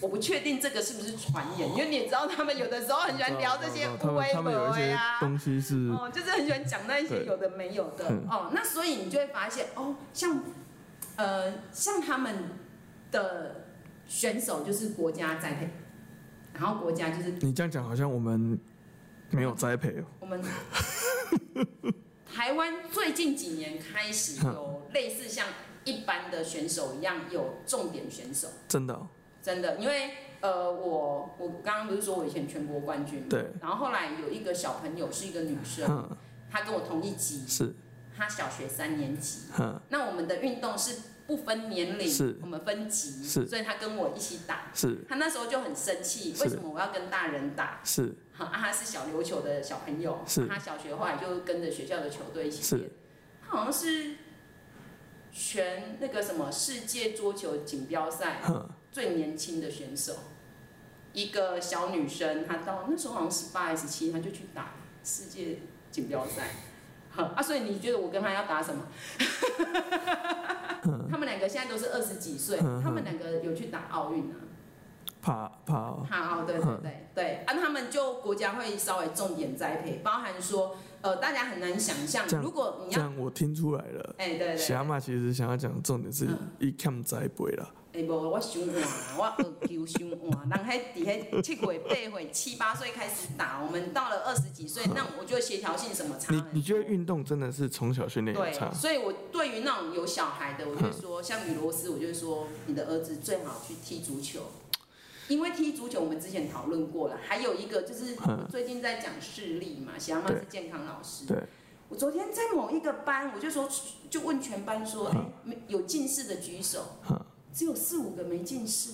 A: 我不确定这个是不是传言，因为你也知道他们有的时候很喜欢聊这些
B: 哦他
A: 无
B: 们
A: 为
B: 他们有一
A: 而
B: 些
A: 呀。
B: 东西是
A: 哦，就是很喜欢讲那一些
B: 对
A: 有的没有的
B: 嗯
A: 哦。那所以你就会发现哦，像呃，像他们的选手就是国家栽培，然后国家就是
B: 你这样讲，好像我们没有栽培哦。
A: 我们台湾最近几年开始
B: *laughs*
A: 有类似像一般的选手一样有重点选手，
B: 真的哦、
A: 真的，因为呃，我我刚刚不是说我以前全国冠军，
B: 对，
A: 然后后来有一个小朋友是一个女
B: *laughs*
A: 生，
B: 嗯，
A: 她跟我同一级，
B: 是，
A: 她小学三年级，
B: *laughs* 嗯，
A: 那我们的运动是不分年龄，
B: 是
A: 我们分级，
B: 是
A: 所以她跟我一起打，
B: 是
A: 她那时候就很生气，
B: 是
A: 为什么我要跟大人打？
B: 是
A: 好啊，他是小琉球的小朋友，
B: 是
A: 他小学后来就跟着学校的球队一起
B: 是
A: 练，他好像是全那个什么世界桌球锦标赛最年轻的选手，一个小女生，她到那时候好像十八还是七，她就去打世界锦标赛。好啊，所以你觉得我跟他要打什么？ *laughs*
B: 嗯
A: 他们两个现在都是二十几岁，他们两个有去打奥运啊。
B: 怕怕哦，
A: 好，对对对
B: *laughs*
A: 对，啊，他们就国家会稍微重点栽培，包含说，呃，大家很难想象
B: 这，样
A: 如果你
B: 这
A: 要，
B: 样我听出来了。
A: 哎，对对对，
B: 霞
A: 哎
B: 马其实想要讲的重点是
A: 嗯
B: 一看栽培啦，，
A: 哎无，我想晚啦，我二球想晚，人迄底迄七岁、八岁、七八岁开始打，我们到了二十几岁，那我就协调性什么差很
B: 你
A: 多，
B: 你觉得运动真的是从小训练有差嗯
A: 对，？所以我对于那种有小孩的，我就会说，像米罗斯，我就会说，你的儿子最好去踢足球，因为踢足球我们之前讨论过了，还有一个就是
B: 嗯
A: 我最近在讲视力嘛，小妈妈
B: 对
A: 是健康老师，
B: 对
A: 我昨天在某一个班，我就说就问全班说，哎、
C: 嗯
A: 没有近视的举手
C: 嗯，
A: 只有四五个没近视。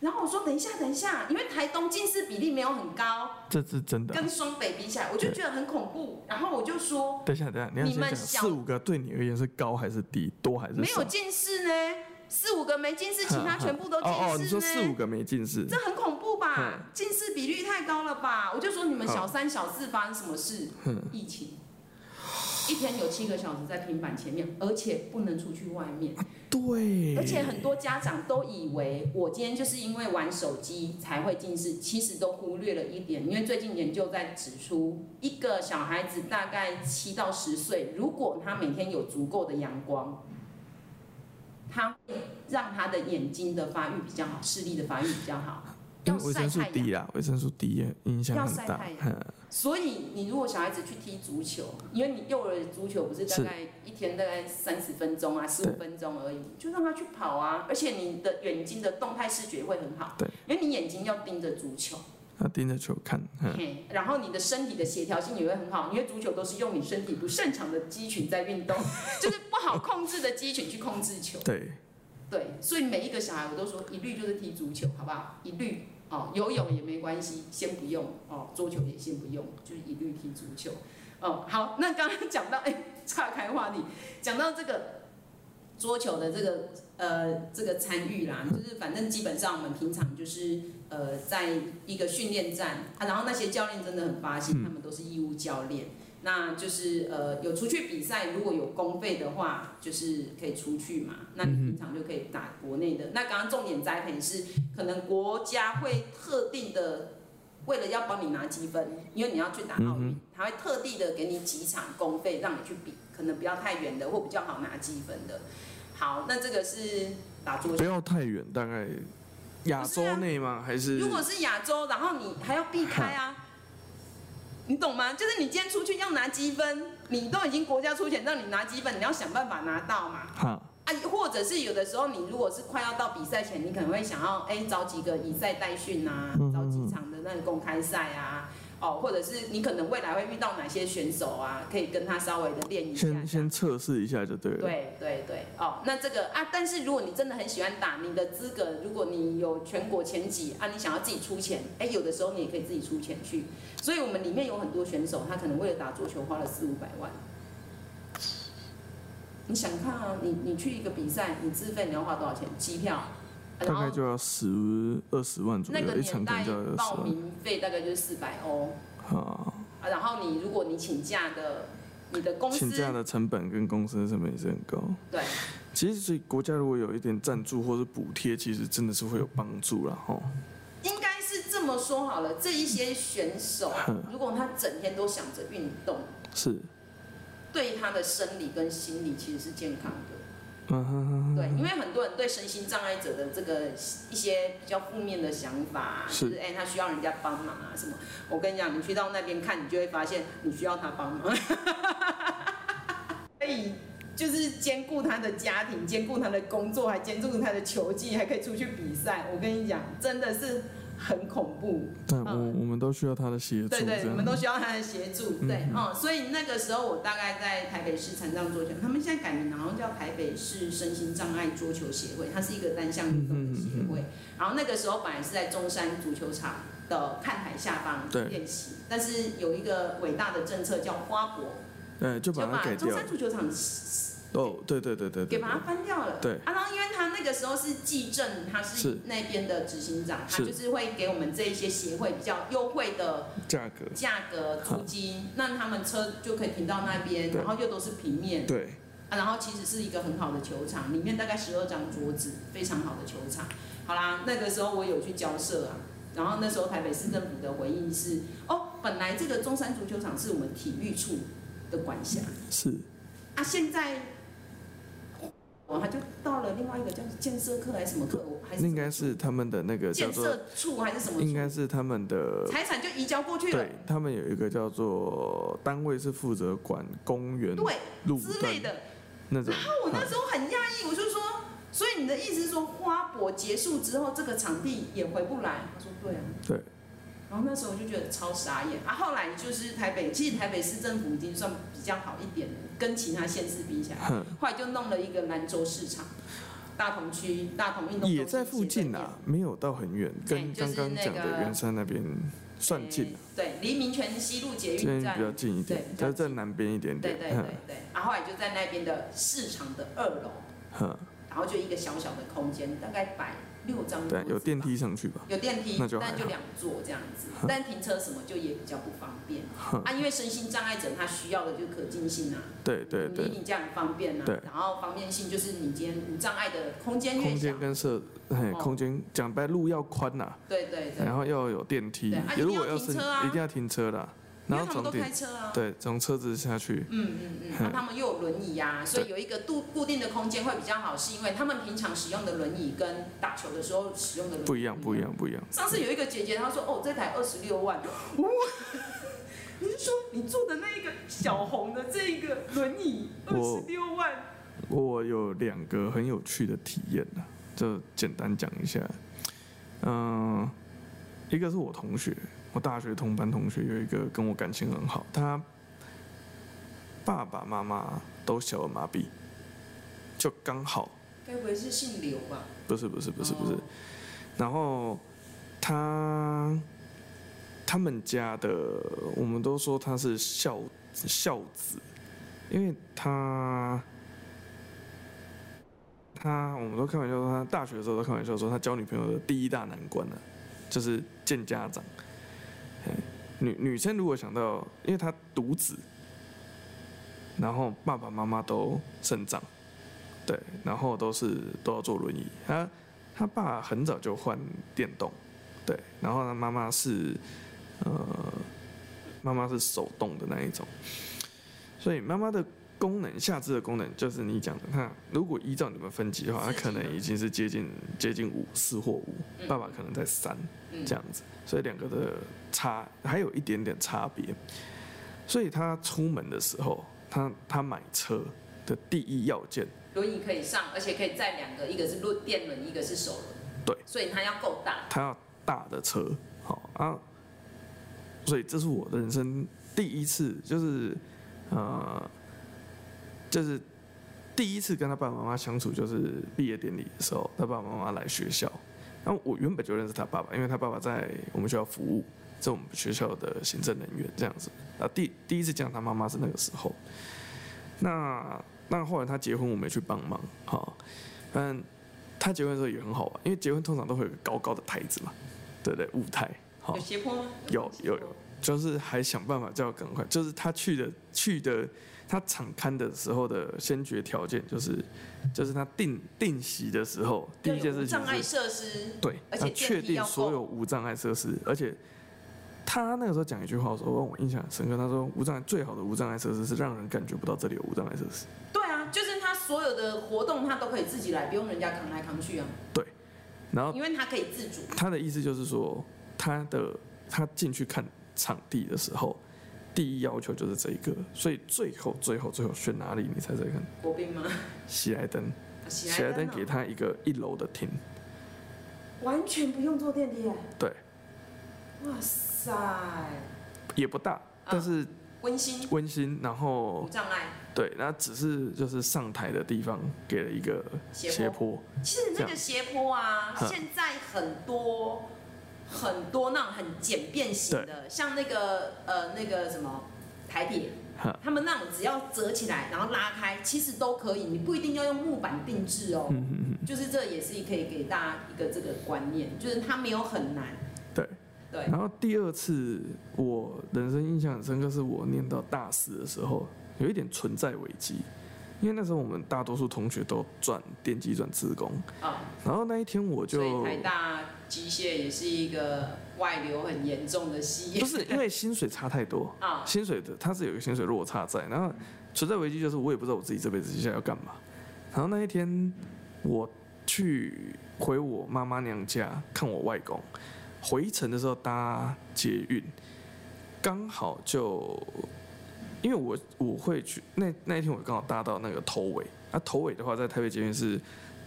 A: 然后我说等一下，等一下，因为台东近视比例没有很高，
C: 这是真的啊。
A: 跟双北比起来，我就
C: 对
A: 觉得很恐怖。然后我就说
C: 等一下，等一下，你要
A: 你
C: 先
A: 们
C: 讲
A: 小
C: 四五个对你而言是高还是低，多还是
A: 没
C: 少
A: 有？近视呢，四五个没近视，其他全部都近视呢。
C: *laughs* 哦哦，你说四五个没近视
A: 这，很恐怖吧
C: 嗯？
A: 近视比率太高了吧？我就说你们小三、小四发生什么事？
C: 嗯
A: 疫情，一天有七个小时在平板前面，而且不能出去外面，
C: 对，
A: 而且很多家长都以为我今天就是因为玩手机才会近视，其实都忽略了一点，因为最近研究在指出，一个小孩子大概七到十岁，如果他每天有足够的阳光。他会让他的眼睛的发育比较好，视力的发育比较好。
C: 因
A: 要
C: 为维生
A: 晒
C: 素
A: 太阳。
C: D 啊，维生素 D 也影响
A: 要
C: 很
A: 晒
C: 大
A: 太。阳
C: 嗯
A: 所以你如果小孩子去踢足球，因为你幼儿足球不是大概一天大概三十分钟啊，十
C: 对
A: 五分钟而已，就让他去跑啊，而且你的眼睛的动态视觉会很好，
C: 对，
A: 因为你眼睛要盯着足球，
C: 要盯着球看，嗯
A: 嘿，然后你的身体的协调性也会很好，因为足球都是用你身体不擅长的肌群在
C: *laughs*
A: 运动，就是不好控制的肌群去控制球，
C: 对，
A: 对，所以每一个小孩我都说一律就是踢足球，好不好？一律哦，游泳也没关系，先不用哦，桌球也先不用，就是一律踢足球。哦，好，那刚刚讲到，哎，岔开话题，讲到这个桌球的这个呃这个参与啦，就是反正基本上我们平常就是呃在一个训练站啊，然后那些教练真的很发心，他们都是义务教练。那就是呃，有出去比赛，如果有公费的话，就是可以出去嘛。那你平常就可以打国内的。那刚刚重点栽培是，可能国家会特定的，为了要帮你拿积分，因为你要去打奥运，他会特地的给你几场公费让你去比，可能不要太远的或比较好拿积分的。好，那这个是打桌球
C: 不。要太远，大概亚洲内吗？还是
A: 啊如果是亚洲，然后你还要避开啊，你懂吗？就是你今天出去要拿积分，你都已经国家出钱让你拿积分，你要想办法拿到嘛。
C: 哈
A: 啊，或者是有的时候，你如果是快要到比赛前，你可能会想要哎、找几个以赛代训啊，找几场的那个公开赛啊，哦，或者是你可能未来会遇到哪些选手啊，可以跟他稍微的练一下这样。
C: 先先测试一下就对了。
A: 对对对，哦，那这个啊，但是如果你真的很喜欢打，你的资格，如果你有全国前几啊，你想要自己出钱，哎，有的时候你也可以自己出钱去。所以我们里面有很多选手，他可能为了打桌球花了四五百万。你想看啊，你你去一个比赛，你自费你要花多少钱？机票，啊然
C: 大概
A: 后
C: 就要十二十万左
A: 那
C: 右，
A: 个
C: 一场
A: 年
C: 可能
A: 代
C: 就要二
A: 报
C: 十万
A: 名费大概就是四百欧
C: 啊。
A: 啊，然后你如果你请假的，你的公司
C: 请假的成本跟公司的成本也是很高。
A: 对，
C: 其实，所以国家如果有一点赞助或者补贴，其实真的是会有帮助啦。吼。
A: 应该是这么说好了，这一些选手
C: 哼，
A: 如果他整天都想着运动，
C: 是，
A: 对他的生理跟心理其实是健康的。
C: 嗯哼哼
A: 对，
C: 哼，
A: 因为很多人对身心障碍者的这个一些比较负面的想法啊，
C: 是
A: 就是哎、他需要人家帮忙啊什么。我跟你讲，你去到那边看，你就会发现你需要他
C: *laughs*
A: 帮忙，可以就是兼顾他的家庭，兼顾他的工作，还兼顾他的球技，还可以出去比赛。我跟你讲，真的是很恐怖。
C: 但我我们都需要他的嗯协助，
A: 嗯对对，
C: 这
A: 你们都
C: 样。
A: 需要他的协助，
C: 嗯
A: 对，哦，所以那个时候我大概在台北市残障桌球，他们现在改名好像叫台北市身心障碍桌球协会，它是一个单项运动的协会。
C: 嗯
A: 然后那个时候本来是在中山足球场的看台下
C: 对
A: 方练习，但是有一个伟大的政策叫花博，
C: 哎，就把
A: 就
C: 它
A: 把
C: 改
A: 中
C: 掉。
A: 山足球场
C: 哦，对对对对对
A: 给把它翻掉了。
C: 对
A: 啊，然后因为他那个时候是纪政，他
C: 是
A: 是那边的执行长，他
C: 是
A: 就是会给我们这一些协会比较优惠的。
C: 价格，
A: 价格、租金，那他们车就可以停到那边，
C: 对
A: 然后又都是平面、
C: 对，
A: 啊，然后其实是一个很好的球场，里面大概十二张桌子，非常好的球场。好啦，那个时候我有去交涉啊，然后那时候台北市政府的回应是，哦，本来这个中山足球场是我们体育处的管辖，
C: 是
A: 啊，现在。我他就到了另外一个叫建设课还是什么课，我还是
C: 那应该是他们的那个叫
A: 建
C: 做，
A: 设处还是什么处？
C: 应该是他们的，
A: 财产就移交过去了
C: 对。他们有一个叫做单位是负责管公园
A: 对，
C: 路
A: 之类
C: 段
A: 的。
C: 那种
A: 然。后我那时候很讶异，我就说，所以你的意思是说花博结束之后，这个场地也回不来？他说对啊。
C: 对。
A: 然然后那时候我就觉得超傻眼啊！后来就是台北，其实台北市政府已经算比较好一点了，跟其他县市比起来，
B: 哼
A: 后来就弄了一个兰州市场，大同区大同运动
B: 也
A: 中心
B: 在附
A: 旗
B: 近
A: 舰
B: 啊，没有到很远，跟
A: 哎对就
B: 刚
A: 是
B: 刚
A: 那
B: 讲
A: 个
B: 的圆山那边算
A: 店，
B: 近啊，
A: 诶嗯对，离民权西路捷
B: 这
A: 运
B: 边
A: 站
B: 比较近一点
A: 对比，较
B: 但是在南边一点嗯
A: 对
B: 点。
A: 对
B: 哼
A: 对对，然后后来就在那边的市场的二楼，
B: 哼，
A: 然后就一个小小的空间，大概摆六张桌
B: 对
A: 子，，
B: 有电
A: 吧，
B: 梯上去吧？
A: 有电梯，
B: 那就还
A: 但就
B: 好嗯
A: 两座这样子
B: 哼，
A: 但停车什么就也比较不方便
B: 哼
A: 啊，因为身心障碍者他需要的就是可进性啊，
B: 对对
A: 你
B: 对，
A: 你这样方便啊
B: 对，
A: 然后方便性就是你今天无障碍的空间越
B: 空
A: 小
B: 间，跟设，嘿，
A: 哦
B: 空间讲白路要宽呐，
A: 对对对，
B: 然后要有电梯
A: 对啊，一定
B: 如果
A: 要
B: 要
A: 停
B: 是
A: 车啊
B: 一定要停车啦，
A: 因
B: 然
A: 为
B: 后
A: 他们
B: 从
A: 都
B: 顶
A: 开车啊。
B: 对从车子下去，
A: 嗯嗯嗯，然后他们又有轮椅啊，所以有一个固固定的空间会比较好，是因为他们平常使用的轮椅跟打球的时候使用的轮椅
B: 不一样不一。样不一样。
A: 上次有一个姐姐她说：“哦，这台二十六万。” *laughs* 哦，你是说你坐的那个小红的这个轮椅二
B: 我
A: 十六万？
B: 我有两个很有趣的体验呢，就简单讲一下。嗯、一个是我同学，我大学同班同学有一个跟我感情很好，他爸爸妈妈都小儿麻痹，就刚好，
A: 该不会是姓刘吧？
B: 不是不是不是不是
A: 哦，
B: 然后他他们家的，我们都说他是孝孝子，因为他他我们都开玩笑说，他大学的时候都开玩笑说，他交女朋友的第一大难关啊呢、就是见家长。嘿女女生如果想到，因为她独子，然后爸爸妈妈都肾脏，对，然后都是都要坐轮椅。她她爸很早就换电动，对，然后呢妈妈是呃妈妈是手动的那一种，所以妈妈的功能下肢的功能就是你讲的，她如果依照你们分级的话，她可能已经是接近接近五四或五，爸爸可能在三
A: 嗯
B: 这样子，所以两个的差还有一点点差别。所以他出门的时候，他他买车的第一要件，
A: 轮椅可以上，而且可以载两个，一个是轮电轮，一个是手轮。
B: 对，
A: 所以它要够大。
B: 他要大的车，好啊。所以这是我的人生第一次，就是呃，就是第一次跟他爸爸妈妈相处，就是毕业典礼的时候，他爸爸妈妈来学校。然后我原本就认识他爸爸，因为他爸爸在我们学校服务，在我们学校的行政人员这样子。啊，第第一次见到他妈妈是那个时候。那那后来他结婚，我没去帮忙，好、但他结婚的时候也很好玩，因为结婚通常都会有个高高的台子嘛，对不对？舞台，好
A: 有，斜坡吗？
B: 有有
A: 有。
B: 就是还想办法叫赶快，就是他去的去的，他场刊的时候的先决条件就是，就是他定定席的时候，第一件事情
A: 障碍
B: 是，
A: 设施，
B: 对，
A: 而
B: 他
A: 且
B: 确
A: 电梯
B: 定
A: 要
B: 所
A: 够
B: 有无障碍设施，而且他那个时候讲一句话，我说让我印象很深刻，他说无障碍最好的无障碍设施是让人感觉不到这里有无障碍设施。
A: 对啊，就是他所有的活动他都可以自己来，不用人家扛来扛去啊，
B: 然后
A: 因为他可以自主。
B: 他的意思就是说，他的他进去看场地的时候，第一要求就是这一个，所以最后最后最后选哪里？你猜猜看？
A: 国宾吗？
B: 喜来登，
A: 喜
B: 喜来登
A: 哦
B: 给他一个一楼的厅，
A: 完全不用坐电梯耶。
B: 对，
A: 哇塞，
B: 也不大，
A: 嗯
B: 但是
A: 温馨
B: 温馨。然
A: 无
B: 后
A: 障碍。
B: 对，那只是就是上台的地方给了一个
A: 斜坡
B: 斜坡，
A: 其实那
B: 这
A: 个
B: 样
A: 斜坡啊，
B: 嗯
A: 现在很多很多那种很简便型的，像那个呃那个什么台铁
B: 嗯。
A: 他们那种只要折起来，然后拉开，其实都可以，你不一定要用木板定制哦。
B: 嗯嗯嗯，
A: 就是这也是可以给大家一个这个观念，就是它没有很难。
B: 对。
A: 对，
B: 然后第二次我人生印象很深刻，是我念到大四的时候，有一点存在危机，因为那时候我们大多数同学都转电机转自工，
A: 啊、
B: 然后那一天我
A: 所
B: 就
A: 以台大机械也是一个外流很严重的系 *laughs*
B: 不。是因为薪水差太多，
A: 啊，
B: 薪水的它是有一个薪水落差在，然后存在危机就是我也不知道我自己这辈子接下来要干嘛。然后那一天我去回我妈妈娘家看我外公，回程的时候搭捷运，刚好就因为啊我我会去那那一天我刚好搭到那个头尾，那、头尾的话在台北捷运是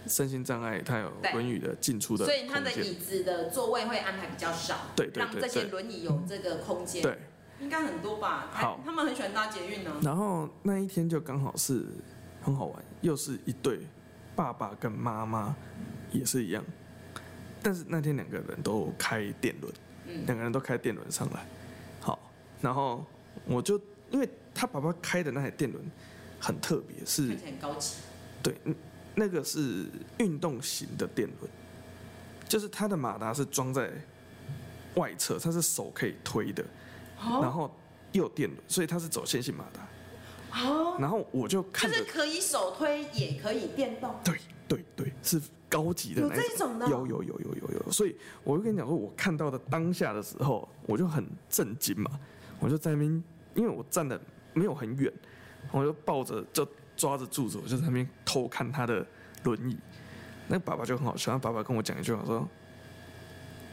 B: 身心障碍它有
A: 对
B: 轮椅的进出的
A: 所以它
B: 空
A: 的
B: 间，
A: 椅子的座位会安排比较少，
B: 对对
A: 让
B: 对
A: 这些
B: 对
A: 轮椅有这个空间，
B: 对。
A: 应该很多吧？台
B: 好
A: 他们很喜欢搭捷运呢、
B: 然后那一天就刚好是很好玩，又是一对爸爸跟妈妈也是一样，但是那天两个人都开电轮，
A: 嗯
B: 两个人都开电轮上来，好，然后我就因为他爸爸开的那台电轮很特别，是
A: 看起来很高级。
B: 对，嗯那个是运动型的电轮，就是它的马达是装在外侧，它是手可以推的，然
A: 哦
B: 后又有电轮，所以它是走线性马达。
A: 哦，
B: 然后我就
A: 就
B: 看着
A: 是，可以手推，也可以电
B: *laughs*
A: 动，
B: 对对对，是高级的
A: 有
B: 那一
A: 这一种的哦。
B: 有有有有有有，所以我就跟你讲说，我看到的当下的时候，我就很震惊嘛，我就在那边，因为我站的没有很远，我就抱着就抓着柱子，我就在那边偷看他的轮椅。那爸爸就很好笑，他爸爸跟我讲一句话说：“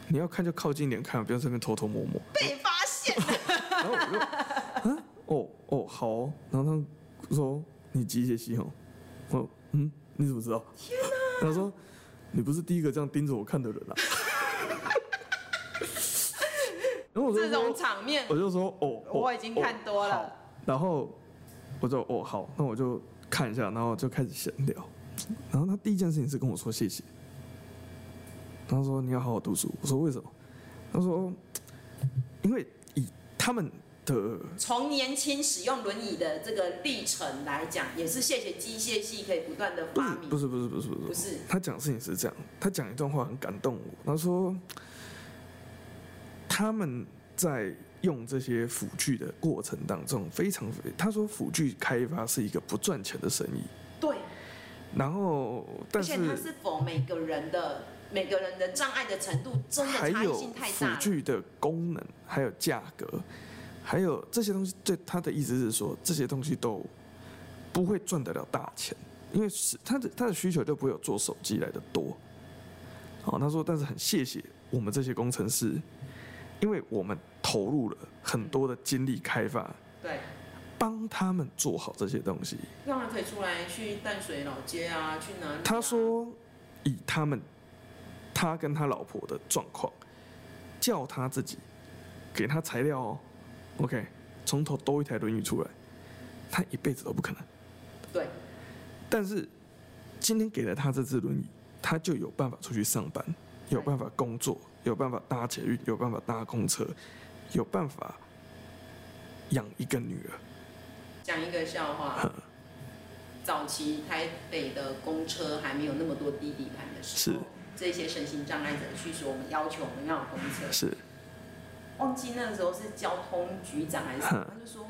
B: 你要看就靠近一点看，不要在那边偷偷摸摸。”
A: 被发现，
B: 然后我就，啊，哦哦，好哦然后他说你机械系哦，我嗯，你怎么知道？他说你不是第一个这样盯着我看的人啊。然后
A: *laughs*
B: 我
A: 这
B: 就
A: 种
B: 说，
A: 场 *laughs* 面
B: 我就说哦，哦
A: 我已经看多。
B: 哦好
A: 了。
B: 然后我就哦好，那我就看一下，然后就开始闲聊。然后他第一件事情是跟我说谢谢，他说你要好好读书。我说为什么？他说因为以他们的
A: 从年轻使用轮椅的这个历程来讲，也是谢谢机械系可以不断的
B: 不是
A: 发明，
B: 不是不是不是不
A: 不
B: 是，
A: 是
B: 他讲的事情是这样，他讲一段话很感动我。他说他们在用这些辅具的过程当中，非常他说辅具开发是一个不赚钱的生意。
A: 对，
B: 然后，
A: 而
B: 但
A: 且
B: 是
A: 它是否每个人的每个人的障碍的程度真的
B: 还
A: 差异
B: 有
A: 性太
B: 辅
A: 大了，
B: 具的功能，还有价格，还有这些东西，对他的意思是说，这些东西都不会赚得了大钱，因为是他的他的需求就不会有做手机来的多。好，他说，但是很谢谢我们这些工程师，因为我们投入了很多的精力开发，
A: 对，
B: 帮他们做好这些东西。
A: 让人可以出来去淡水老街啊，去哪里啊、
B: 他说，以他们他跟他老婆的状况，叫他自己给他材料哦，OK，从头兜一台轮椅出来，他一辈子都不可能。
A: 对，
B: 但是今天给了他这只轮椅，他就有办法出去上班，有办法工作，有办法搭捷运，有办法搭公车，有办法养一个女儿。
A: 讲一个笑
B: 嗯
A: 话。早期台北的公车还没有那么多低底盘的时候
B: 是，
A: 这些身心障碍者去说我们要求我们要有公车，
B: 是
A: 忘记那时候是交通局长还是
B: 嗯
A: 什么，他就说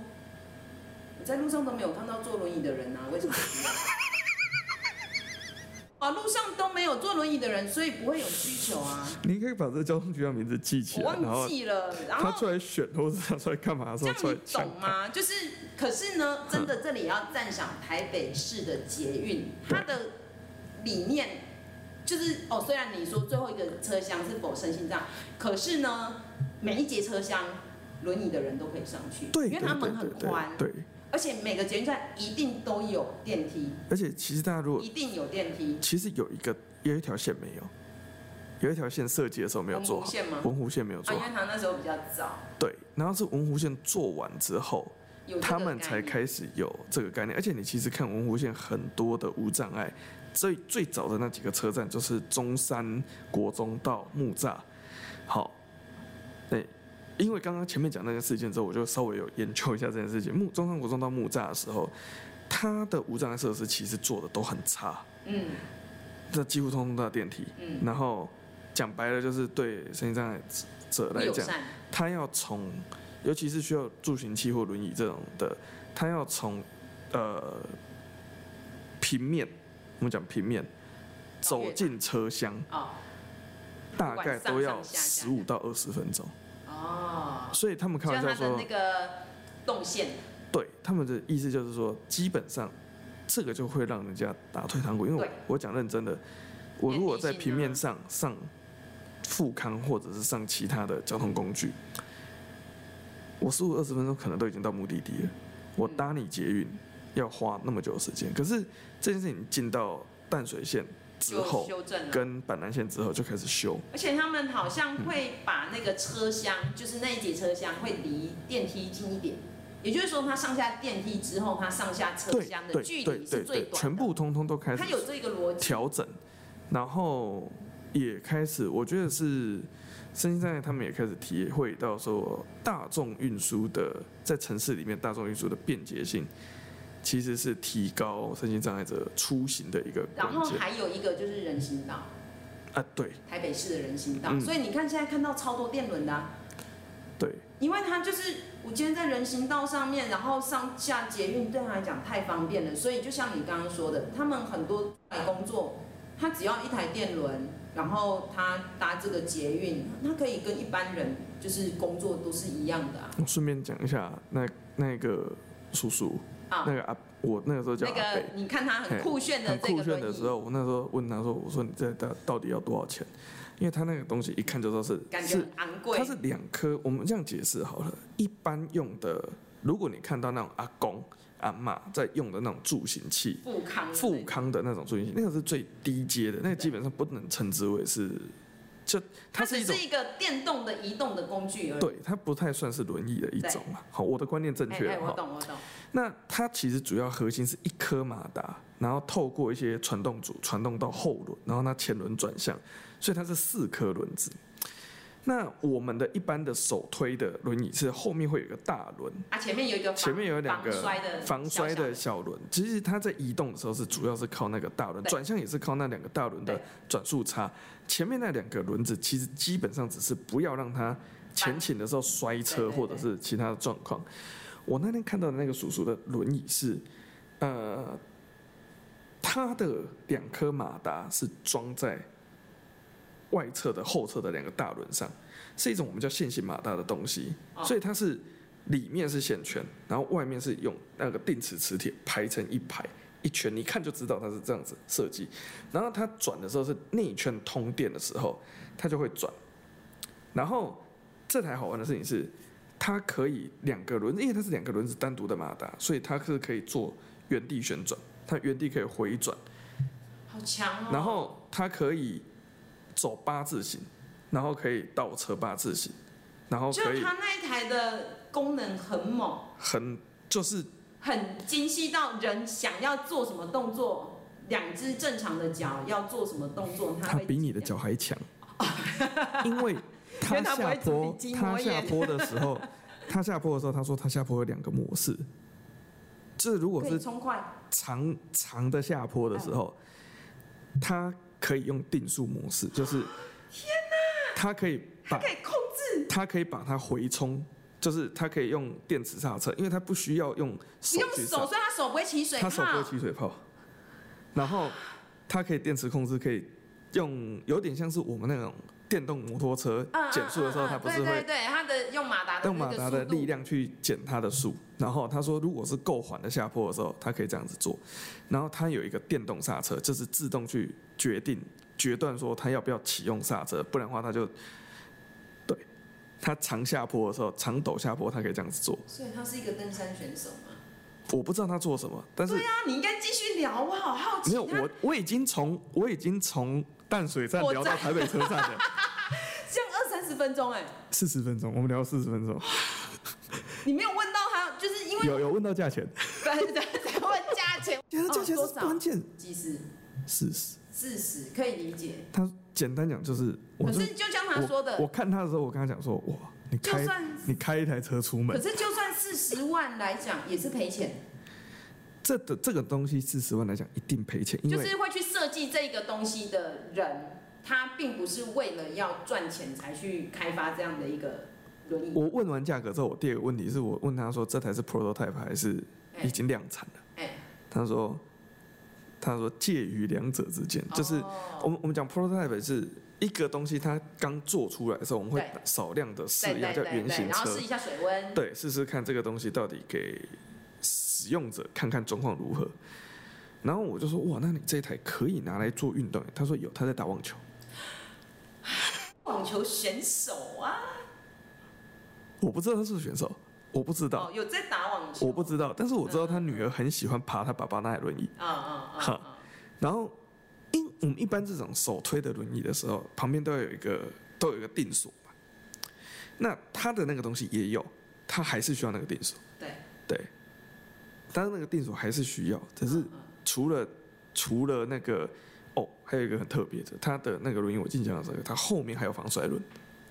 A: 你在路上都没有看到坐轮椅的人啊，为
B: *laughs*
A: 什么需要？啊，路上都没有坐轮椅的人，所以不会有需求啊。
B: 你可以把这交通局的名字记起
A: 我
B: 来，啊然
A: 忘
B: 后
A: 记了，然
B: 他
A: 后
B: 出来选或者他出来干嘛的时
A: 这
B: 候
A: 样
B: 出来
A: 你
B: 抢
A: 懂吗？就是，可是
B: 嗯
A: 呢，真的这里要赞赏台北市的捷运，它的理念就是哦，虽然你说最后一个车厢是否身心障碍，可是呢，每一节车厢轮椅的人都可以上去，
B: 对，
A: 因为
B: 对
A: 它门
B: 对
A: 很
B: 对
A: 宽，
B: 对，对
A: 而且每个捷运站一定都有电梯，
B: 而且其实大家如果
A: 一定有电梯，
B: 其实有一个有一条线没有，有一条线设计的时候没有
A: 文
B: 做
A: 湖
B: 好，
A: 线吗？
B: 文湖线没有
A: 啊，
B: 做
A: 因
B: 好
A: 为，他那时候比较早，
B: 对，然后是文湖线做完之后，
A: 有这个
B: 他们
A: 概
B: 才
A: 念
B: 开始有这个概念，而且你其实看文湖线很多的无障碍，最最早的那几个车站就是中山国中到木栅，好，对，因为刚刚前面讲那件事件之后，我就稍微有研究一下这件事情。木中山国中到木栅的时候，它的无障碍设施其实做的都很差，
A: 嗯
B: 这几乎通通都要电梯，
A: 嗯，
B: 然后讲白了就是对身心障碍者来
A: 友
B: 讲。
A: 善，
B: 他要从，尤其是需要助行器或轮椅这种的，他要从呃平面，我们讲平面
A: 到月
B: 走
A: 台
B: 进车厢，
A: 哦
B: 大概都
A: 上上
B: 要
A: 下下
B: 十五到二十分钟。
A: 哦。
B: 所以他们开
A: 就
B: 玩
A: 它
B: 笑
A: 的
B: 说
A: 那，个动线，
B: 对他们的意思就是说，基本上这个就会让人家打退堂鼓。因为
A: 对
B: 我我讲认真的，我如果在
A: 便利性
B: 平
A: 啊
B: 面上上富康或者是上其他的交通工具，我十五二十分钟可能都已经到目的地了。我
A: 嗯
B: 搭你捷运要花那么久的时间，可是这件事情进到淡水线之
A: 就
B: 后，
A: 修正了。
B: 跟板南线之后就开始修，
A: 而且他们好像会把那个车厢，就是那一节车厢会离电梯近一点，也就是说，他上下电梯之后，他上下车
B: 对
A: 厢的
B: 对
A: 距
B: 对
A: 离
B: 对
A: 是最
B: 对
A: 短，的。
B: 全部通通都开始
A: 他有这个逻辑，
B: 调整，然后也开始，我觉得是现在他们也开始体会到说，大众运输的在城市里面大众运输的便捷性，其实是提高身心障碍者出行的一个
A: 然
B: 关
A: 后
B: 键
A: 还有一个就是人行道，
B: 啊，对
A: 台北市的人行道，
B: 嗯
A: 所以你看现在看到超多电轮的啊、
B: 对，
A: 因为他就是我今天在人行道上面，然后上下捷运对他来讲太方便了，所以就像你刚刚说的，他们很多工作，他只要一台电轮，然后他搭这个捷运，他可以跟一般人就是工作都是一样的啊。
B: 我顺便讲一下，那那个叔叔，
A: 啊
B: 那个阿，我那个时候叫
A: 那
B: 阿
A: 个
B: 北。
A: 你看他很酷炫的
B: 很
A: 这
B: 酷
A: 个
B: 炫的
A: 轮
B: 时
A: 椅，
B: 候，我那时候问他说：“我说你这到到底要多少钱？”因为他那个东西一看就知道是
A: 感觉
B: 是
A: 很昂贵
B: 它。是两颗，我们这样解释好了。一般用的，如果你看到那种阿公阿嬷在用的那种助行器，
A: 富康的那
B: 富康的那种助行器，那个是最低阶的，那个基本上不能称之为是，就
A: 它
B: 它是
A: 只
B: 一种
A: 是，一个电动的移动的工具而已。
B: 对，它不太算是轮椅的一种嘛。好，我的观念正确
A: 哎哎，
B: 了
A: 我
B: 哈。
A: 懂我懂。
B: 那它其实主要核心是一颗马达，然后透过一些传动组传动到后轮，然后它前轮转向，所以它是四颗轮子。那我们的一般的手推的轮椅是后面会有一个大轮，
A: 啊，前面有一个防
B: 前面有两个
A: 防摔的
B: 防摔
A: 小小
B: 的小轮。其实它在移动的时候是主要是靠那个大轮，
A: 对
B: 转向也是靠那两个大轮的
A: 对
B: 转速差。前面那两个轮子其实基本上只是不要让它前倾的时候摔
A: 对
B: 车
A: 对对
B: 或者是其他的状况。我那天看到的那个叔叔的轮椅是，呃，他的两颗马达是装在外侧的后侧的两个大轮上，是一种我们叫线性马达的东西，
A: 哦
B: 所以它是里面是线圈，然后外面是用那个定磁磁铁排成一排一圈，你看就知道它是这样子设计。然后它转的时候是内圈通电的时候，它就会转。然后这台好玩的事情是，它可以两个轮子，因为它是两个轮子单独的马达，所以它是可以做原地旋转，它原地可以回转。
A: 好强哦。
B: 然后它可以走八字形，然后可以倒车八字形，然后
A: 就
B: 哦可以
A: 它那一台的功能很猛，
B: 很就是
A: 很精细到人想要做什么动作，两只正常的脚要做什么动作，它
B: 它
A: 会
B: 比你的脚还
A: *laughs*
B: 强，因为
A: 因
B: 它
A: 为它不
B: 下
A: 会阻
B: 坡
A: 力筋，
B: 它
A: 膜炎
B: 下坡的时候，它下坡的时候，他说他下坡有两个模式，这如果
A: 可
B: 是
A: 以冲快，
B: 长长的下坡的时候，
A: 嗯
B: 它可以用定速模式，
A: *laughs*
B: 就是天哪，它可以
A: 它
B: 把
A: 可以控制。
B: 它可以把它回冲，就是它可以用电磁刹车，因为它不需要用
A: 不
B: 手
A: 用
B: 去
A: 手，所
B: 刹，
A: 以它手不会起水
B: 它手不
A: 泡
B: 会。起水泡。然后它可以电池控制，可以用有点像是我们那种电动摩托车
A: 嗯嗯
B: 减速的时候，
A: 嗯嗯
B: 它不是
A: 对对
B: 会
A: 对，它的用马达的
B: 用
A: 那
B: 马
A: 个
B: 达的
A: 速度
B: 力量去减它的速。然后他说，如果是够缓的下坡的时候，它可以这样子做。然后它有一个电动刹车，就是自动去决定决断说它要不要启用刹车，不然的话它就对它长下坡的时候，长陡下坡它可以这样子做。
A: 所以它是一个登山选手嘛。
B: 我不知道它做什么，但是
A: 对啊，你应该继续聊，我好好奇。
B: 没有我我已经从我已经从淡水站
A: 我
B: 聊到
A: 在
B: 台北车站
A: *laughs*
B: 了。
A: 这样二三十分钟哎、
B: 四十分钟，我们聊四十分钟，
A: 你没有问到他，就是 *laughs* 因为
B: 有有问到价钱，
A: 对对对，问价钱，
B: 现在价钱
A: 哦多
B: 是
A: 少
B: 关键，
A: 其实
B: 四十。
A: 事实可以理解。
B: 他简单讲就是，我
A: 可
B: 就是
A: 就像他说
B: 我，
A: 的，
B: 我看他的时候，我跟他讲说，哇，你
A: 就
B: 开
A: 算
B: 你开一台车出门
A: 可，是就算四十万来讲也是赔钱，
B: 这的这个东西四十万来讲一定赔钱，因为、
A: 就是会去设计这个东西的人，他并不是为了要赚钱才去开发这样的一个轮椅。
B: 我问完价格之后，我第二个问题是我问他说，这台是 prototype 还是
A: 哎
B: 已经量产了？
A: 哎，
B: 他说，他说介于两者之间，就是我
A: 哦
B: 们我们讲 prototype 是一个东西，它刚做出来的时候，我们会
A: 对
B: 少量的试
A: 对
B: 压，
A: 对
B: 叫
A: 对
B: 原
A: 对，
B: 型
A: 然后
B: 车
A: 试，一下水温，
B: 对，试试看这个东西到底给使用者看看状况如何。然后我就说，哇，那你这台可以拿来做运动耶？他说有，他在打网球。
A: 网球选手啊，
B: 我不知道他是不是选手，我不知道，
A: 哦，有在打网球，
B: 我不知道，
A: 啊
B: 但是我知道他女儿很喜欢爬他爸爸那台轮椅。
A: 嗯，嗯嗯
B: 哈
A: 嗯
B: 然后因我们一般这种手推的轮椅的时候，旁边都要有一个都有一个定锁嘛。那他的那个东西也有，他还是需要那个定锁。
A: 对
B: 对，当然那个定锁还是需要，只是
A: 嗯嗯
B: 除了除了那个哦，还有一个很特别的，它的那个轮椅我进墙的时候，它后面还有防摔轮，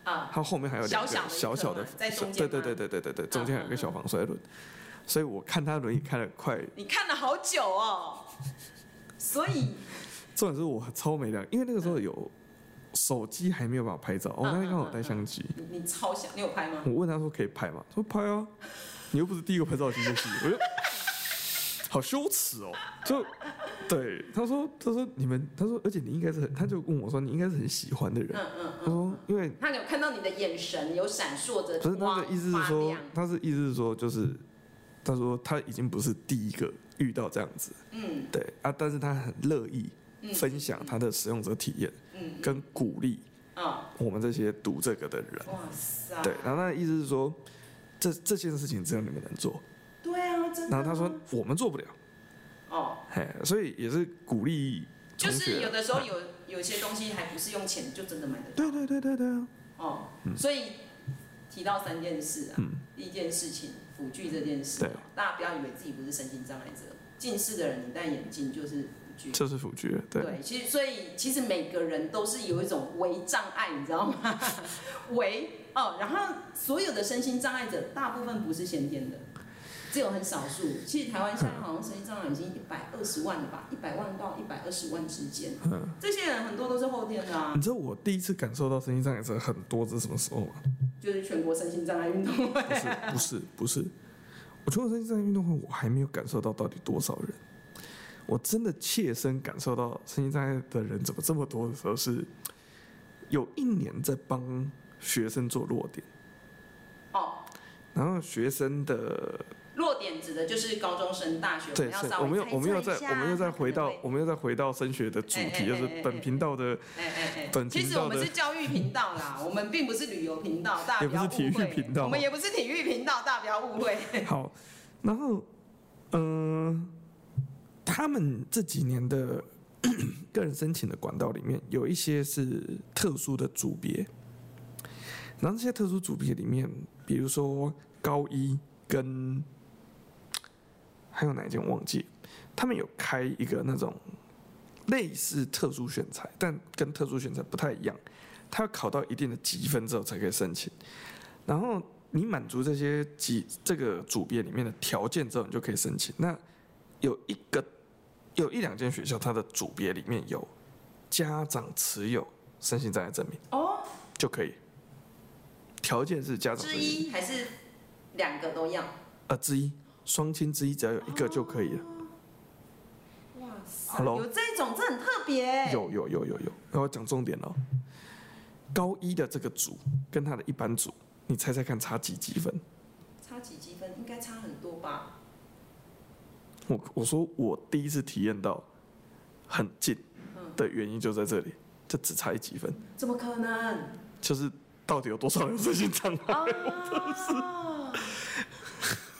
A: 啊，
B: 它后面还有两个
A: 小小的一个
B: 小小的
A: 嘛在中间
B: 对对
A: 吗嗯
B: 对对对对对，中间还有一个小防摔轮，所以我看他轮椅开了快，
A: 你看了好久哦，所以
B: 重点是我超没良，因为那个时候有手机还没有办法拍照，我、哦、
A: 嗯
B: 那天刚好带相机，
A: 你你超想，你有拍吗？
B: 我问他说可以拍吗？他说拍啊，你又不是第一个拍照的机器，我就好羞耻哦。就对他说，他说你们，他说而且你应该是很，他就问我说你应该是很喜欢的人。
A: 嗯嗯
B: 他说
A: 嗯，
B: 因为
A: 他有看到你的眼神有闪烁着
B: 不是他
A: 光
B: 的意思是
A: 发
B: 说
A: 亮，，
B: 他是意思是说就是他说他已经不是第一个遇到这样子，
A: 嗯
B: 对啊，但是他很乐意
A: 嗯，
B: 分享他的使用者体验
A: 嗯
B: 跟鼓励
A: 哦，
B: 我们这些读这个的人。
A: 哇塞，
B: 对，然后他的意思是说，这这件事情只有你们能做。
A: 对啊，真的
B: 然
A: 啊。
B: 后他说我们做不了，
A: 哦，
B: 嘿，所以也是鼓励
A: 就
B: 同
A: 是有
B: 学。
A: 的时候有有些东西还不是用钱就真的买得到
B: 对对对对对啊，
A: 哦，所以提到三件事啊，第一件事情辅具这件事
B: 嗯对，
A: 大家不要以为自己不是身心障碍者，近视的人你戴眼镜就是辅具。
B: 这是辅具，对，
A: 对，其实所以其实每个人都是有一种微障碍，你知道吗？ *laughs* 微哦，然后所有的身心障碍者大部分不是先天的，只有很少数。其实台湾现在好像身心障碍已经一百二十万了吧，一百万到一百二十万之间。
B: 嗯。
A: 这些人很多都是后天的啊
B: 你，知道我第一次感受到身心障碍者很多是什么时候吗？
A: 就是全国身心障碍运动会。 *laughs*
B: 不是不是不是，我全国身心障碍运动会我还没有感受到到底多少人。我真的切身感受到身心障碍的人怎么这么多的时候是，有一年在帮学生做落点，
A: 哦，
B: 然后学生的
A: 弱点指的就是高中生、大学，
B: 对，
A: 要
B: 是
A: 稍
B: 我
A: 微
B: 们又
A: 猜
B: 我们又
A: 测
B: 再
A: 一下
B: 我们又再回
A: 他
B: 到
A: 可能会
B: 我们又再回到升学的主
A: 哎哎
B: 题，就是
A: 哎哎
B: 本频道的
A: 哎哎哎，
B: 本
A: 其
B: 频
A: 实
B: 道
A: 我们
B: 的
A: 是教育频道
B: *laughs*
A: 啦，我们并不是旅游频道，大家
B: 也不
A: 要
B: 是
A: 误
B: 体育
A: 会。
B: 频道
A: 我们也不是体育频道，大家不要误会。
B: 好，然后嗯、呃他们这几年的 *clears throat* 个人申请的管道里面，有一些是特殊的组别，然后这些特殊组别里面，比如说高一跟还有哪一间忘记，他们有开一个那种类似特殊选材，但跟特殊选材不太一样，他要考到一定的积分之后才可以申请，然后你满足这些几这个组别里面的条件之后，你就可以申请。那有一个有一两间学校，它的组别里面有家长持有身心障碍证明
A: 哦，
B: 就可以，条件是家长
A: 之
B: 持有，
A: 一还是两个都要？
B: 呃之一，双亲之一只要有一个就可以了。
A: 哇塞
B: Hello
A: 哦有这种，这很特别。
B: 有有有有有，然后讲重点哦。高一的这个组跟他的一般组，你猜猜看差几积分？
A: 差几积分，应该差很多吧？
B: 我我说我第一次体验到很近的原因就在这里，就只差一几分，
A: 怎么可
B: *laughs*
A: 能？
B: 就是到底有多少人身心障碍？
A: 哦，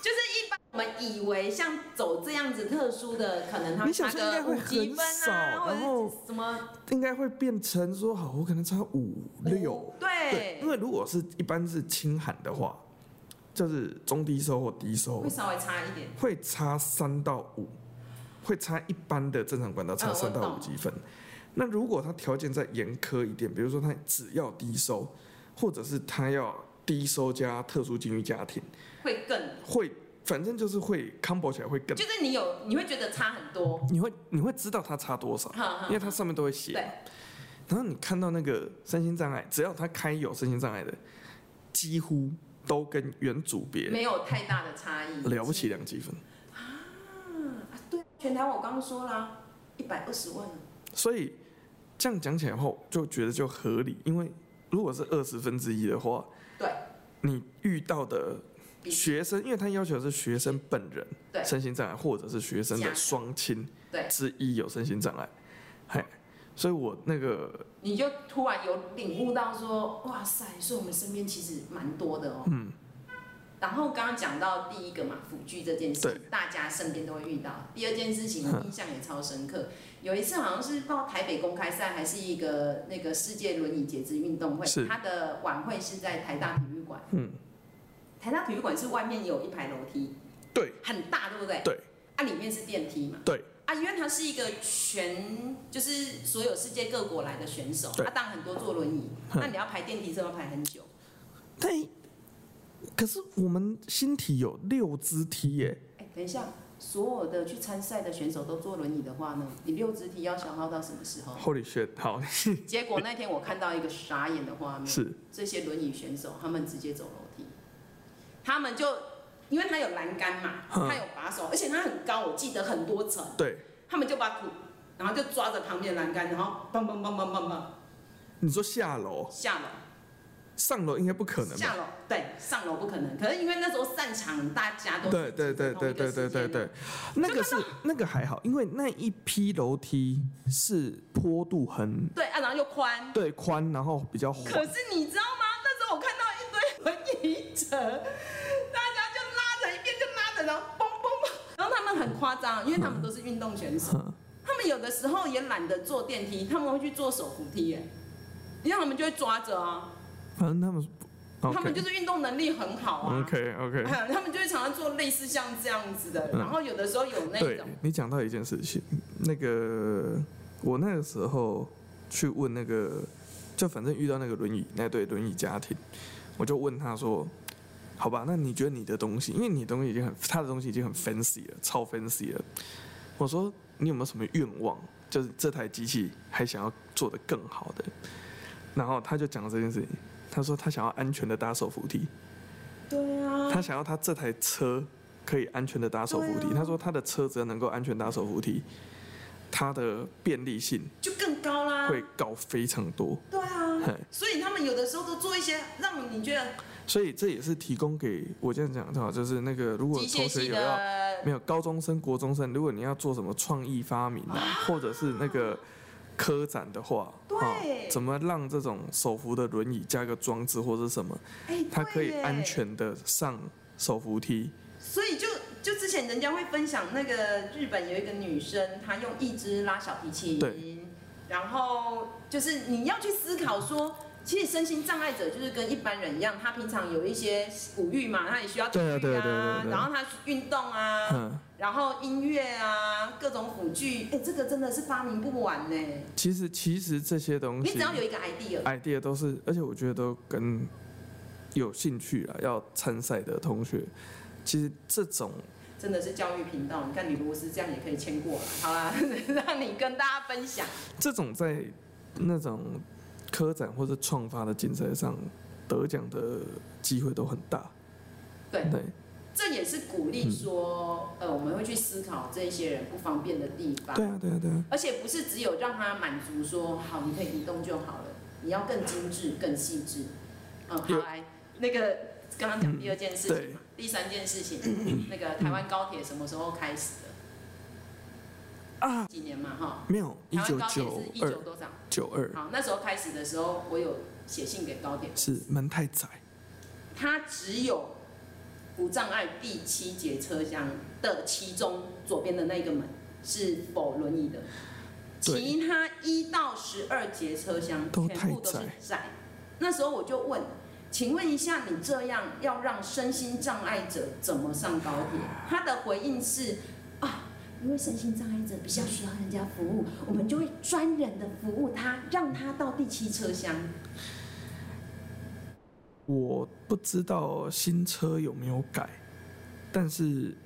A: 就是一般我们以为像走这样子特殊的，可能他
B: 你想
A: 差
B: 说应该
A: 个
B: 会
A: 五积
B: 很
A: 分
B: 少
A: 啊，或
B: 然
A: 者
B: 后
A: 是什么
B: 应该会变成说好，我可能差五六
A: 五。
B: 对，
A: 对
B: 因，为如果是一般是轻喊的话，就是中低收或低收
A: 会，稍微差一点。
B: 会差三到五，会差一般的正常管道
A: 嗯
B: 差
A: 我
B: 三到
A: 懂
B: 五积分。那如果他条件再严苛一点，比如说他只要低收，或者是他要低收加特殊境遇家庭，
A: 会更，
B: 会反正就是会 combo 起来会更，
A: 就是你有你会觉得差很多，
B: 你会你会知道他差多少，因为它上面都会写
A: 嗯对。
B: 然后你看到那个身心障碍，只要他开有身心障碍的，几乎都跟原组别
A: 没有太大的差异，
B: 了不起两积分。
A: 啊！对，全台湾我刚刚说啦，一百二十万啊，
B: 所以这样讲起来后，就觉得就合理，因为如果是二十分之一的话，
A: 对，
B: 你遇到的
A: 比
B: 学生，因为他要求是学生本人
A: 对
B: 身心障碍，或者是学生
A: 家
B: 的
A: 长
B: 双亲
A: 对
B: 之一有身心障碍，嘿，所以我那个
A: 你就突然有领悟到说，哇塞，所以我们身边其实蛮多的哦。嗯。然后刚刚讲到第一个嘛，辅具这件事
B: 对嗯
A: 情，大家身边都会遇到。第二件事情，我印象也超深刻。有一次好像是不知道台北公开赛还是一个那个世界轮椅截肢运动会
B: 是，
A: 它的晚会是在台大体育馆。
B: 嗯，
A: 台大体育馆是外面有一排楼梯，
B: 对，
A: 很大，对不对？
B: 对。
A: 啊，里面是电梯嘛？
B: 对。
A: 啊，因为它是一个全，就是所有世界各国来的选手，
B: 对嗯
A: 啊，当然很多坐轮椅，那你要排电梯是要排很久。
B: 但可是我们新体有六支梯耶，
A: 哎，等一下，所有的去参赛的选手都坐轮椅的话呢，你六肢体要消耗到什么时候？
B: Holy shit！好， *laughs*
A: 结果那天我看到一个傻眼的画面，
B: 是
A: 这些轮椅选手他们直接走楼梯，他们就因为他有栏杆嘛，
B: 嗯
A: 他有把手，而且他很高，我记得很多层，
B: 对。
A: 他们就把苦，然后就抓着旁边的栏杆，然后砰砰砰砰砰砰
B: 你说下楼，
A: 下楼。
B: 上楼应该不可能吧？
A: 下楼对上楼不可能，可是因为那时候散场大家都
B: 对对对对对对对对，那个是那个还好，因为那一批楼梯是坡度很
A: 对啊，然后又宽，
B: 对宽，然后比较
A: 可
B: 缓。
A: 是你知道吗？那时候我看到一堆轮椅者，大家就拉着一边就拉着，然后嘣嘣嘣，然后他们很夸张，因为他们都是运动选
B: *laughs*
A: 手，他们有的时候也懒得坐电梯，他们会去坐手扶梯耶。你看他们就会抓着啊
B: 反正他们
A: 他们就
B: OK
A: 是运动能力很好啊。
B: OK OK，
A: 哎他们就会常常做类似像这样子的，
B: 嗯
A: 然后有的时候有那
B: 对
A: 种，
B: 你讲到一件事情，那个我那个时候去问那个，就反正遇到那个轮椅那对轮椅家庭，我就问他说：“好吧，那你觉得你的东西，因为你的东西已经很，他的东西已经很 fancy 了，超 fancy 了。”我说：“你有没有什么愿望？就是这台机器还想要做得更好的？”然后他就讲了这件事情，他说他想要安全的搭手扶梯。
A: 对啊，
B: 他想要他这台车可以安全的搭手扶梯。
A: 对啊
B: 他说他的车只要能够安全搭手扶梯，它的便利性
A: 就更高啦。
B: 会高非常多。
A: 对啊，
B: 嘿
A: 所以他们有的时候都做一些让你觉得
B: 所以这也是提供给我这样讲的话，就是那个如果
A: 机械
B: 同学
A: 系
B: 有要
A: 的
B: 没有高中生、国中生，如果你要做什么创意发明啊，或者是那个科展的话，
A: 对
B: 怎么让这种手扶的轮椅加个装置或者什么，
A: 哎，
B: 它可以
A: 对耶
B: 安全的上手扶梯？
A: 所以就就之前人家会分享那个日本有一个女生，她用一只拉小提琴，
B: 对
A: 然后就是你要去思考说，其实身心障碍者就是跟一般人一样，他平常有一些骨育嘛，他也需要体育
B: 对啊
A: 啊，
B: 对啊对啊对啊对啊
A: 然后他运动啊，
B: 嗯，
A: 然后音乐啊，各种辅具，哎，这个真的是发明不完呢。
B: 其实其实这些东
A: 你
B: 西，
A: 只要有一个 idea，
B: idea 都是，而且我觉得都跟有兴趣啊要参赛的同学，其实这种
A: 真的是教育频道，你看你如果是这样也可以牵过来，好啦， *laughs* 让你跟大家分享。
B: 这种在那种科展或者创发的竞赛上得奖的机会都很大。
A: 对
B: 对
A: 这也是鼓励说，呃，我们会去思考这些人不方便的地方，
B: 对啊对啊对啊，
A: 而且不是只有让他满足说，好，你可以移动就好了，你要更精致、更细致。嗯，好
B: 有
A: 来，那个刚刚讲第二件事情嘛，第三件事 *coughs* 情，那个台湾高铁什么时候开始的？啊，几年嘛哈，
B: 没有一
A: 台湾
B: 九
A: 高铁
B: 九
A: 是一九
B: 二
A: 多少？
B: 九二
A: 好，那时候开始的时候，我有写信给高铁，
B: 是门太窄，
A: 它只有无障碍第七节车厢的其中左边的那个门是否轮椅的，
B: 对
A: 其他一到十二节车厢
B: 都
A: 全部都是
B: 太窄
A: 窄。那时候我就问，请问一下，你这样要让身心障碍者怎么上高铁？他的回应是啊。因为身心障碍者比较需要人家服务，我们就会专人的服务他，让他到第七车厢。
B: 我不知道新车有没有改，但是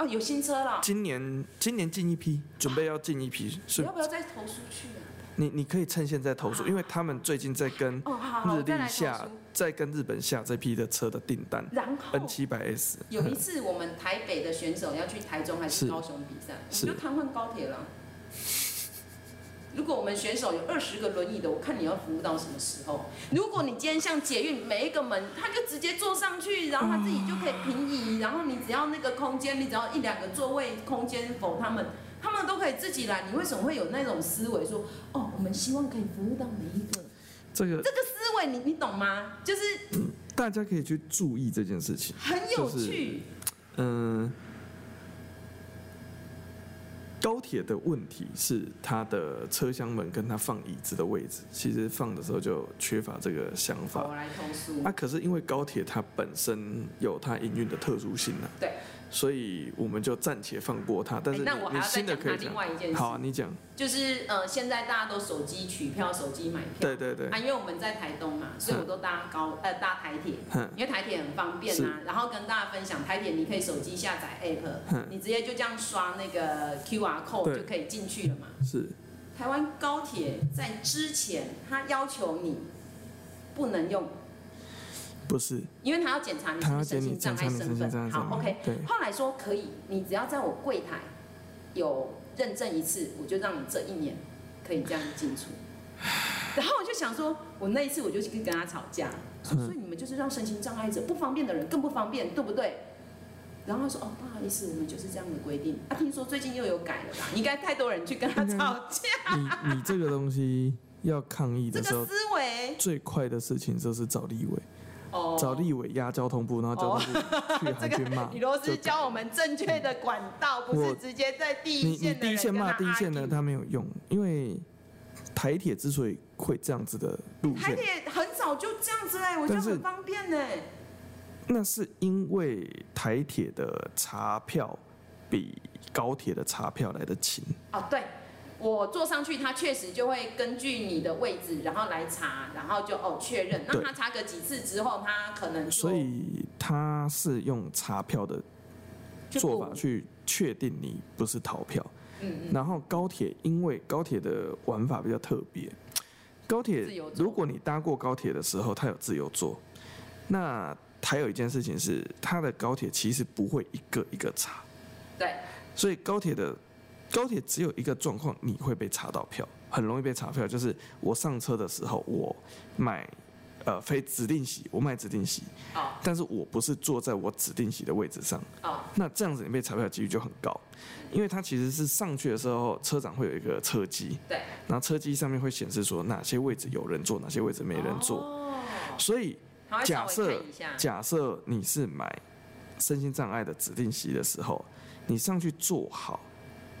A: 哦，有新车了，
B: 今年今年进一批，准备要进一批，
A: 你
B: 是
A: 要不要再投出去啊？
B: 你你可以趁现在投诉，因为他们最近在跟
A: 哦，好好，
B: 日
A: 我再来
B: 立
A: 投
B: 下
A: 书
B: 在跟日本下这批的车的订单
A: 然后
B: ，N 七百 S。
A: 有一次我们台北的选手要去台中还是
B: 是
A: 高雄比赛，我
B: 是
A: 们就瘫痪高铁了。如果我们选手有二十个轮椅的，我看你要服务到什么时候？如果你今天像捷运每一个门，他就直接坐上去，然后他自己就可以平移，然后你只要那个空间，你只要一两个座位空间否他们，他们都可以自己来。你为什么会有那种思维说，哦，我们希望可以服务到每一个？
B: 这个
A: 这个思维你你懂吗？就是
B: 大家可以去注意这件事情。
A: 很有
B: 就是
A: 趣，
B: 嗯，高铁的问题是它的车厢门跟它放椅子的位置，其实放的时候就缺乏这个想法。
A: 我来投诉。
B: 啊，可是因为高铁它本身有它营运的特殊性啊，
A: 对，
B: 所以我们就暂且放过它。但
A: 哎
B: 是你
A: 那我还
B: 你
A: 要再
B: 新的
A: 讲
B: 可
A: 他
B: 以
A: 另
B: 讲，
A: 外一件事，
B: 好啊，你讲，
A: 就是呃，现在大家都手机取票、手机买票，
B: 对对对，嗯
A: 啊，因为我们在台东嘛，所以我都搭高呃搭台铁，
B: 哼，
A: 因为台铁很方便啊。然后跟大家分享，台铁你可以手机下载 app，
B: 哼
A: 你直接就这样刷那个 QR code
B: 对
A: 就可以进去了嘛。
B: 是
A: 台湾高铁在之前，它要求你不能用，
B: 不是？
A: 因为它要检查你是
B: 他
A: 不
B: 要
A: 是身
B: 给你
A: 心障
B: 检查
A: 碍
B: 你身
A: 身
B: 心障
A: 份。
B: 碍
A: 好，OK。
B: 对，
A: 后来说可以，你只要在我柜台有认证一次，我就让你这一年可以这样进
B: *sighs*
A: 出。然后我就想说，我那一次我就去跟他吵架，说
B: 嗯
A: 所以你们就是让身心障碍者不方便的人更不方便，对不对？然后他说哦，不好意思，我们就是这样的规定。啊，听说最近又有改
B: *laughs*
A: 了吧？应该太多人去跟他吵架，
B: 你你这个东西要抗议
A: 这
B: 的时
A: 个
B: 候，
A: 思维
B: 最快的事情就是找立委。
A: 哦，
B: 找立委压交通部，然后交通部
A: *laughs*
B: 去
A: 这
B: 韩
A: 个
B: 军骂。
A: 你都
B: 就是
A: 教我们正确的管道，不是
B: 我
A: 直接在第
B: 你
A: 一线的
B: 你第
A: 人
B: 一线
A: 跟
B: 骂
A: 他
B: 第一线的，
A: argue
B: 他没有用，因为台铁之所以会这样子的路
A: 台
B: 线，
A: 铁很早就这样子嘞，我觉得
B: 但是
A: 很方便呢。
B: 那是因为台铁的查票比高铁的查票来的勤。
A: 哦，对，我坐上去，它确实就会根据你的位置，然后来查，然后就哦确认。那
B: 对
A: 他查个几次之后，他可能就
B: 所以他是用查票的
A: 就
B: 做
A: 不
B: 法去确定你不是逃票。
A: 嗯嗯，
B: 然后高铁，因为高铁的玩法比较特别，高
A: 自
B: 铁
A: 由坐
B: 如果你搭过高铁的时候，它有自由座。那还有一件事情是，它的高铁其实不会一个一个查，
A: 对，
B: 所以高铁的高铁只有一个状况，你会被查到票，很容易被查票，就是我上车的时候我买。呃，非指定席，我买指定席，
A: 哦
B: 但是我不是坐在我指定席的位置上，
A: 哦，
B: 那这样子你被查票的几率就很高，因为它其实是上去的时候，车长会有一个车机，
A: 对，
B: 然后车机上面会显示说哪些位置有人坐，哪些位置没人坐。
A: 哦，
B: 所以
A: 他会稍
B: 假
A: 微
B: 设
A: 看一下，
B: 假设你是买身心障碍的指定席的时候，你上去坐好，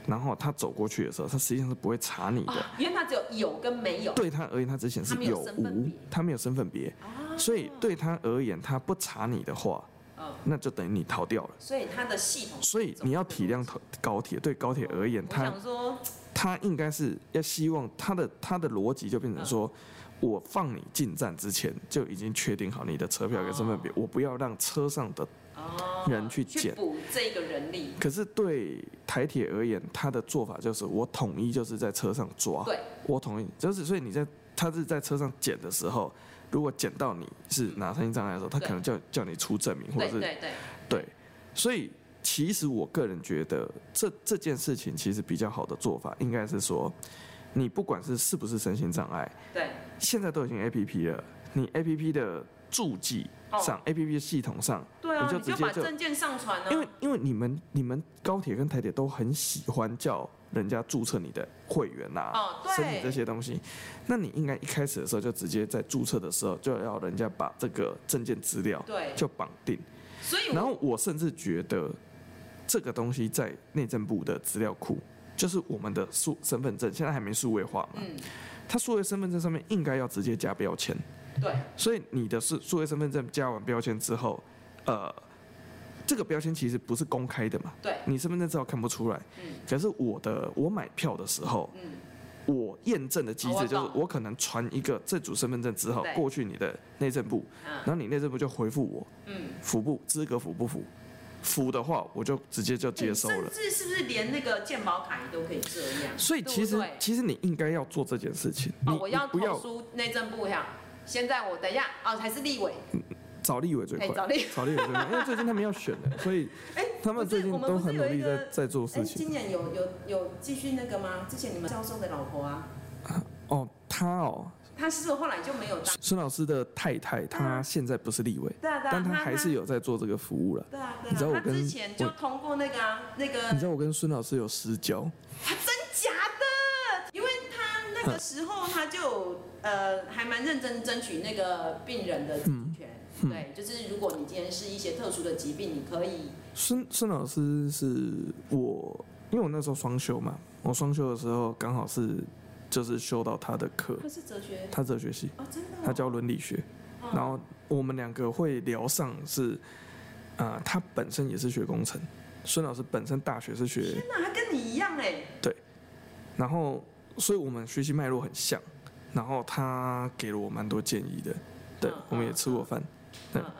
B: 然后他走过去的时候，他实际上是不会查你的。
A: 啊，因为他只有有跟没有，
B: 对他而言，他只显示
A: 他没有
B: 有
A: 身份
B: 无
A: 别，
B: 他没有身份别，
A: 啊
B: 所以，对他而言，他不查你的话，
A: 嗯，
B: 那就等于你逃掉了。
A: 所以他的系统，
B: 所以你要体谅高高铁，对高铁而言，
A: 我
B: 它
A: 想说，
B: 它应该是要希望它的它的逻辑就变成说，
A: 嗯
B: 我放你进站之前就已经确定好你的车票跟身份别，我不要让车上的。
A: 哦，
B: 人去捡
A: 补这个人力，
B: 可是对台铁而言，它的做法就是我统一就是在车上抓，
A: 对，
B: 我统一就是所以你在他是在车上捡的时候，如果捡到你是哪身心障碍的时候，他
A: 对
B: 可能叫叫你出证明或
A: 对
B: 者是
A: 对对，
B: 对，所以其实我个人觉得这这件事情其实比较好的做法应该是说，你不管是是不是身心障碍，
A: 对，
B: 现在都已经 A P P 了，你 A P P 的注记上、A
A: 哦
B: P P 系统上，
A: 对啊，
B: 你就
A: 你就
B: 直接
A: 把
B: 就
A: 证件上传啊，
B: 因为因为你们你们高铁跟台铁都很喜欢叫人家注册你的会员呐、
A: 哦对
B: 申请这些东西，那你应该一开始的时候就直接在注册的时候就要人家把这个证件资料
A: 对，
B: 就绑定。
A: 所以
B: 然
A: 我
B: 后我甚至觉得这个东西在内政部的资料库，就是我们的数身份证，现在还没数位化嘛，
A: 嗯，
B: 它数位身份证上面应该要直接加标签，
A: 对，
B: 所以你的数数位身份证加完标签之后，呃，这个标签其实不是公开的嘛，
A: 对，
B: 你身份证资料看不出来，
A: 嗯
B: 可是我的我买票的时候，
A: 嗯，
B: 我验证的机
A: 哦我
B: 制就
A: 懂
B: 是我可能传一个这组身份证之后
A: 对
B: 过去你的内政部，
A: 嗯
B: 然后你内政部就回复我，
A: 嗯，
B: 服不资格服不服？服的话，我就直接就接收
A: 欸
B: 了
A: 甚。至是不是连那个健保卡你都可以这样？
B: 所以其
A: 对
B: 实
A: 不对
B: 其实你应该要做这件事情，你
A: 哦，我要
B: 你不
A: 投
B: 要
A: 书内政部呀。现在我等一下哦，还是立委，
B: 找立委最
A: 哎，
B: 快，
A: 找立，
B: 找立委最快，因为最近他们要选了，所以
A: 哎
B: 他
A: 不
B: 们
A: 是
B: 最近
A: 我们
B: 都
A: 不是
B: 很努
A: 有一
B: 力在
A: 个
B: 在做
A: 哎，
B: 事情。
A: 今年有有有继续那个吗？之前你们教授的老婆啊，
B: 哦，他哦，
A: 她是不是后来就没有当？
B: 孙老师的太太，她现在不是立委，
A: 对嗯啊对啊，
B: 但她
A: 她
B: 还是。有在做这个服务了。
A: 她对啊
B: 你知道
A: 对
B: 我
A: 啊，她
B: 跟
A: 之前就通过那个啊，那个
B: 你知道我跟孙老师有私交，
A: 假的，因为他那个时候他就有呃还蛮认真争取那个病人的自主权，
B: 嗯
A: 对，就是如果你今天是一些特殊的疾病，你可以
B: 孙孙老师是我，因为我那时候双休嘛，我双休的时候刚好是就是修到他的课，
A: 可是哲学
B: 他哲学系，
A: 哦，真的哦、
B: 他教伦理学，
A: 嗯
B: 然后我们两个会聊上是，啊、他本身也是学工程，孙老师本身大学是学，
A: 天哪，啊他跟你一样哎，
B: 然后所以我们学习脉络很像，然后他给了我蛮多建议的，对
A: 嗯，
B: 我们也吃过饭，
A: 嗯
B: 对
A: 嗯嗯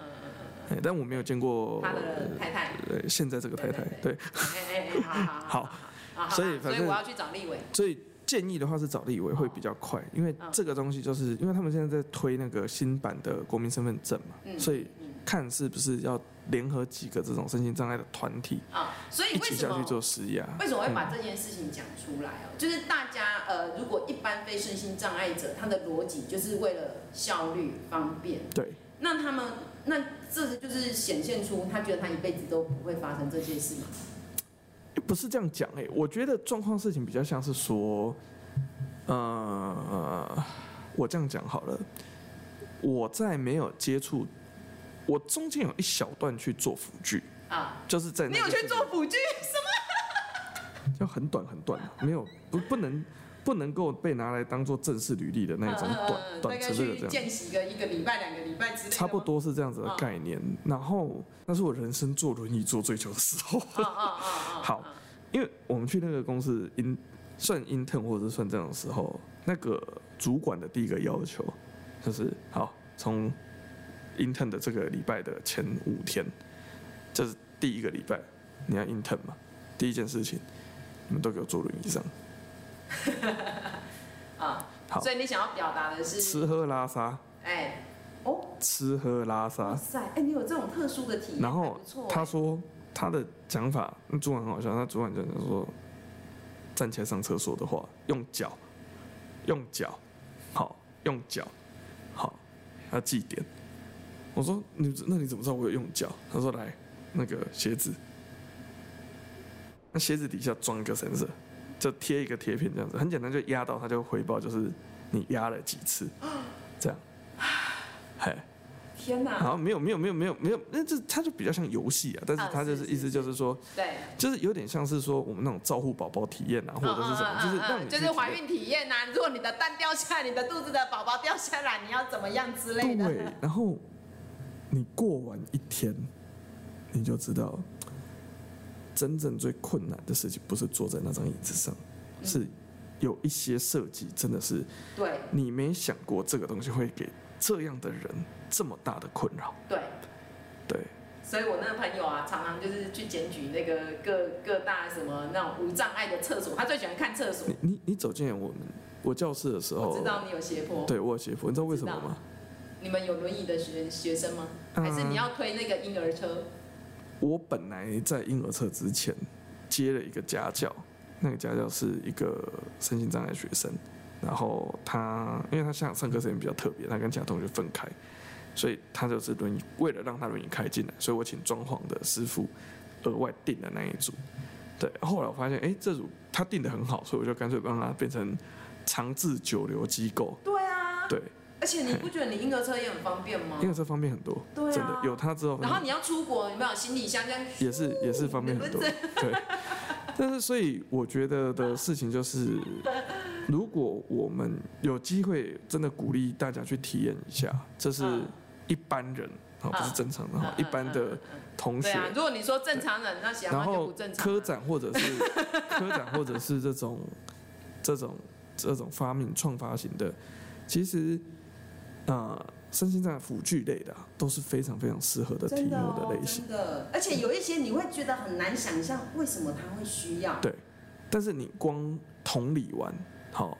A: 嗯
B: 哎但我没有见过
A: 嗯，他的太太，
B: 呃现在这个太太，对，
A: 哎哎哎，好好好
B: *laughs* 好，
A: 好，好
B: 所以
A: 好
B: 反
A: 所以
B: 正
A: 我要去找立伟，
B: 所以建议的话是找立委会比较快，因
A: 嗯
B: 为这个东西就是因为他们现在在推那个新版的国民身份证嘛，
A: 嗯
B: 所以
A: 嗯
B: 看是不是要联合几个这种身心障碍的团体
A: 啊，所以
B: 一
A: 为
B: 起
A: 什
B: 下
A: 么
B: 去做嗯施压。
A: 为什么会把这件事情讲出来哦？就是大家呃，如果一般非身心障碍者，他的逻辑就是为了效率方便，
B: 对，
A: 那他们那这就是显现出他觉得他一辈子都不会发生这些事嘛？
B: 不是这样讲哎、我觉得状况事情比较像是说，呃，我这样讲好了，我在没有接触，我中间有一小段去做辅具，
A: 啊，
B: 就是在那
A: 你有
B: 个
A: 去做辅具？
B: 要很短很短，没有不不能不能够被拿来当做正式履历的那一种短
A: 呃大
B: 短
A: 概
B: 程度的
A: 去
B: 这样，
A: 见习个一个礼拜、两个礼拜之类的吗，
B: 差不多是这样子的
A: 嗯
B: 概念。然后那是我人生坐轮椅坐最久的时候，
A: 啊。啊啊啊啊！
B: 好因为我们去那个公司 in 算 intern 或者是算这种时候，那个主管的第一个要求就是好从 intern 的这个礼拜的前五天，这、是第一个礼拜你要 intern 嘛，第一件事情你们都给我坐轮椅上。
A: 啊，
B: 好
A: 所以你想要表达的是，
B: 吃喝拉撒，
A: 哎，哦，
B: 吃喝拉
A: 哇
B: 撒。
A: 塞，哎，你有这种特殊的体验，
B: 啊然
A: 还
B: 后
A: 不错
B: 他说他的讲法，那主管很好笑，他主管讲说，站起来上厕所的话，用脚，用脚，好，用脚，好，要记点。我说你那你怎么知道我有用脚？他说来那个鞋子，那鞋子底下装一个 sensor，就贴一个贴片这样子，很简单，就压到它就回报，就是你压了几次，这样，嘿。
A: 天
B: 然
A: 哪，
B: 后没有没有没有没有没有，那这它就比较像游戏啊，但是
A: 啊
B: 它就是是
A: 是
B: 意思就是说，
A: 对，
B: 就是有点像是说我们那种照护宝宝体验啊，或者是
A: 嗯
B: 什
A: 嗯
B: 么，
A: 嗯
B: 就是
A: 嗯
B: 让你
A: 就
B: 去
A: 是
B: 体
A: 怀
B: 验
A: 孕体验呐、如果你的蛋掉下来，你的肚子的宝宝掉下来，你要怎么样之类的。
B: 对，然后你过完一天，你就知道，真正最困难的事情不是坐在那张椅子上，
A: 嗯
B: 是有一些设计真的是
A: 对
B: 你没想过这个东西会给这样的人这么大的困扰，
A: 对，
B: 对。
A: 所以我那个朋友啊，常常就是去检举那个各各大什么那种无障碍的厕所，他最喜欢看厕所
B: 你。你你走进我们我教室的时候，
A: 我知道你有斜坡，
B: 哦对我有斜坡，你知道为什么
A: 知道
B: 吗？
A: 你们有轮椅的学学生吗？
B: 嗯
A: 还是你要推那个婴儿车？
B: 我本来在婴儿车之前接了一个家教，那个家教是一个身心障碍学生，然后他因为他下上课时间比较特别，他跟其他同学分开，所以他就是轮椅，为了让他轮椅开进来，所以我请装潢的师傅额外订了那一组。对，后来我发现，哎、这组他订的很好，所以我就干脆帮他变成长治久留机构。
A: 对啊，
B: 对，
A: 而且你不觉得你婴儿车也很方便吗
B: 婴？儿车方便很多，
A: 对啊
B: 真的有他之后，
A: 然后你要出国，有没有行李箱这样？
B: 也是也是方便很多，对。 *laughs* 但是，所以我觉得的事情就是，如果我们有机会，真的鼓励大家去体验一下，这是
A: 嗯
B: 一般人啊，不是正常人
A: 嗯
B: 哈，一般的
A: 嗯嗯嗯
B: 同
A: 对
B: 学，
A: 啊，如果你说正常人，那想要
B: 然
A: 就
B: 后
A: 不正常啊。
B: 科展或者是 *laughs* 科展或者是这种这种这种发明创发型的，其实啊，身心障碍辅具类的啊都是非常非常适合的题
A: 真
B: 目
A: 的哦，
B: 的类型。
A: 真的，而且有一些你会觉得很难想象为什么他会需要。
B: 对但是你光同理完，好，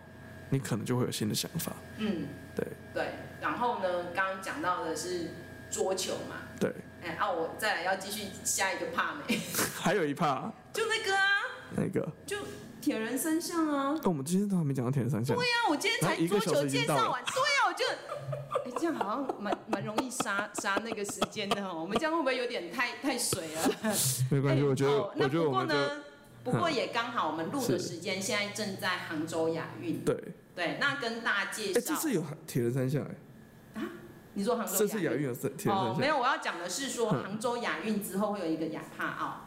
B: 你可能就会有新的想法。
A: 嗯，
B: 对
A: 对。然后呢，刚刚讲到的是桌球嘛，
B: 对， *laughs*
A: 哎啊，我再来要继续下一个帕美，
B: 还有一趴
A: 就那个啊，
B: 那个，
A: 铁人三项啊。
B: 哦，我们今天都还没讲到田三项，
A: 对啊，我今天
B: 然
A: 才
B: 后一
A: 桌
B: 个小
A: 球
B: 时已
A: 介
B: 经到
A: 绍
B: 了
A: 完，对啊，我就。哎，这样好像蛮蛮容易杀杀那个时间的哦。我们这样会不会有点太太水了？
B: 没关系，
A: 哎
B: 我觉得，
A: 哦那
B: 我觉得
A: 不
B: 我
A: 过
B: 们就
A: 呢，不过
B: 嗯
A: 也刚好，我们录的
B: 是
A: 时间现在正在杭州亚运，
B: 对，
A: 对，那跟大家介
B: 哎，这
A: 绍
B: 次有铁人三项哎，
A: 啊你说杭州
B: 这次亚运有三铁人
A: 哦，
B: 三
A: 没
B: 项，
A: 有，我要讲的是说
B: 嗯
A: 杭州亚运之后会有一个亚帕奥、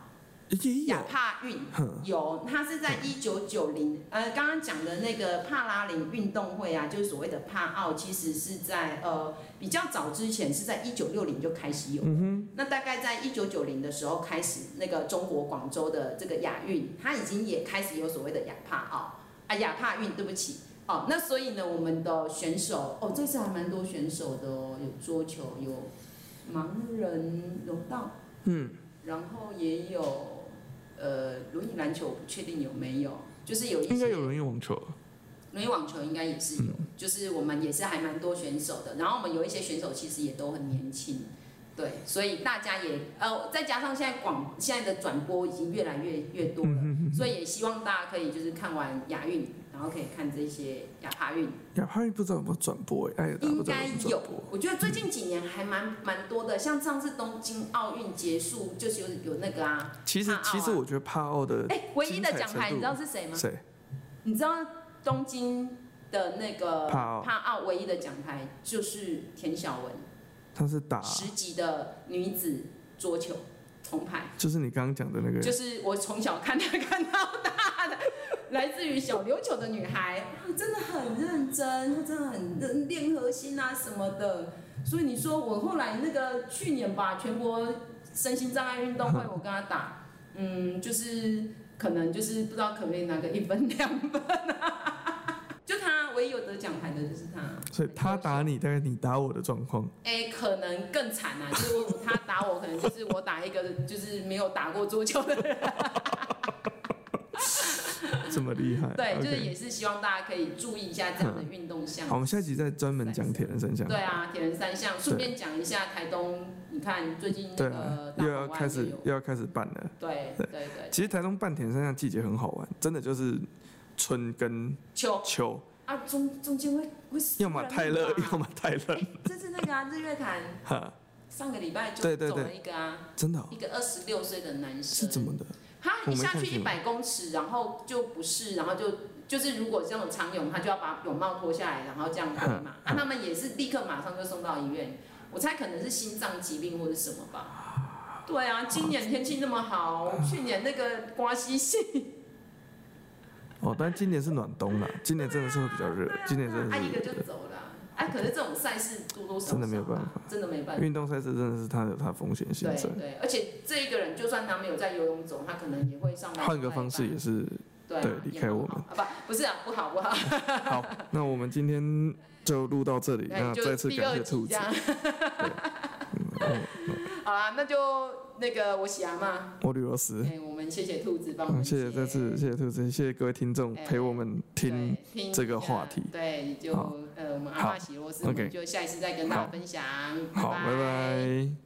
B: 也
A: 亚
B: 有，
A: 帕运。
B: 哼，
A: 有，它是在一九九零，呃，刚刚讲的那个帕拉林运动会啊，就是所谓的帕奥，其实是在呃比较早之前是在一九六零就开始有，嗯、那大概在一九九零的时候开始，那个中国广州的这个亚运，它已经也开始有所谓的亚帕奥啊亚帕运，对不起。哦，那所以呢，我们的选手哦，这次还蛮多选手的哦，有桌球，有盲人柔道，
C: 嗯，
A: 然后也有呃轮椅篮球，我不确定有没有，就是有一些
B: 应该有人有网球，
A: 轮椅网球应该也是有，
B: 嗯
A: 就是我们也是还蛮多选手的。然后我们有一些选手其实也都很年轻，对，所以大家也呃，再加上现在广现在的转播已经越来越越多
B: 嗯
A: 了，所以也希望大家可以就是看完亚运，然后可以看这些亚帕运。
B: 亚帕运不知道有没有转播哎，哎，大家
A: 应
B: 不知道
A: 该
B: 有没有
A: 有
B: 转播，，
A: 我觉得最近几年还蛮蛮多的，像上次东京奥运结束，就是有有那个啊，
B: 其实
A: 帕奥啊
B: 其实我觉得帕奥的
A: 哎，唯一的奖牌你
B: 精彩程度
A: 知道是谁吗？
B: 谁
A: 你知道东京的那个
B: 帕奥
A: 帕奥唯一的奖牌就是田晓雯，
B: 他是打，
A: 十级的女子桌球铜牌，
B: 就是你刚刚讲的那个
A: 就是我从小看她看到大的，来自于小琉球的女孩，啊真的很认真，她真的很认练核心啊什么的。所以你说我后来那个去年吧，全国身心障碍运动会，我跟她打，嗯，就是可能就是不知道可不可以拿个一分两分啊。就她唯一有得奖牌的就是她，
B: 所以他打你，大概你打我的状况，
A: 哎、可能更惨啊！就是我他打我，可能就是我打一个就是没有打过桌球的人。
B: 这么厉害。
A: 对，就是
B: 哎 OK 嗯
A: 也是希望大家可以注意一下这样的运动项
B: 好，。我们下一集再专门讲铁人三项。
A: 对啊，铁人三项，顺便讲一下台东，你看最近
B: 对
A: 那
B: 啊
A: 个，
B: 又
A: 大
B: 要
A: 港
B: 开
A: 湾
B: 始
A: 也有，
B: 又要开始办了。
A: 对对对，
B: 其实台东办铁人三项季节很好玩，真的就是春跟
A: 球
B: 秋，
A: 啊中中间会会死
B: 要么
A: 人
B: 太热，
A: 吧
B: 要么太冷。
A: 哎这次那个啊日月潭
B: *laughs* 哈，
A: 上个礼拜就
B: 对对
A: 走
B: 对
A: 了一个啊，
B: *laughs* 真的哦
A: 一个二十六岁的男
B: 是
A: 生，
B: 怎么的？
A: 他
B: 我
A: 一
B: 没
A: 下
B: 看
A: 去一
B: 清
A: 百公尺，然后就不是，然后就就是如果这种长泳，他就要把泳帽脱下来，然后这样挥嘛。啊，他们也是立刻马上就送到医院，我猜可能是心脏疾病或者什么吧。对啊，今年天气那么好，去年那个刮西啊西，
B: 哦，但今年是暖冬啦，今年真的是会比较热，今年 *laughs* 真的
A: 啊一个
B: 是
A: 就走了啊。哎，可是这种赛事多多少少
B: 真的没有办法
A: 啊，真的没办法。
B: 运动赛事真的是它有它的风险性
A: 对
B: 在，
A: 对，而且这一个人就算他没有在游泳走，他可能也会上班。
B: 换个方式也是。
A: 对啊
B: 对
A: 也
B: 离开
A: 蛮
B: 我
A: 好
B: 们
A: 啊，不不是啊，不好不好。
B: 好，那我们今天就录到这里，
A: 对
B: 那
A: 就
B: 再次
A: 第
B: 感
A: 二
B: 谢
A: 集
B: 兔
A: 这
B: 子
A: 样。 *laughs* 好啦，那就那个我喜阿妈，
B: 我吕老师
A: 哎、，我们谢谢兔子帮我
B: 嗯
A: 们
B: 谢
A: 写、
B: 谢这次，谢谢兔子，谢谢各位听众
A: 哎
B: 陪我们听
A: 对听
B: 这个
A: 一下
B: 话题
A: 对，就
B: 好
A: 呃我们阿
B: 好
A: 妈喜罗斯，我
B: OK
A: 们就下一次再跟大
B: 好
A: 家分享，
B: 好，拜
A: 拜
B: 拜。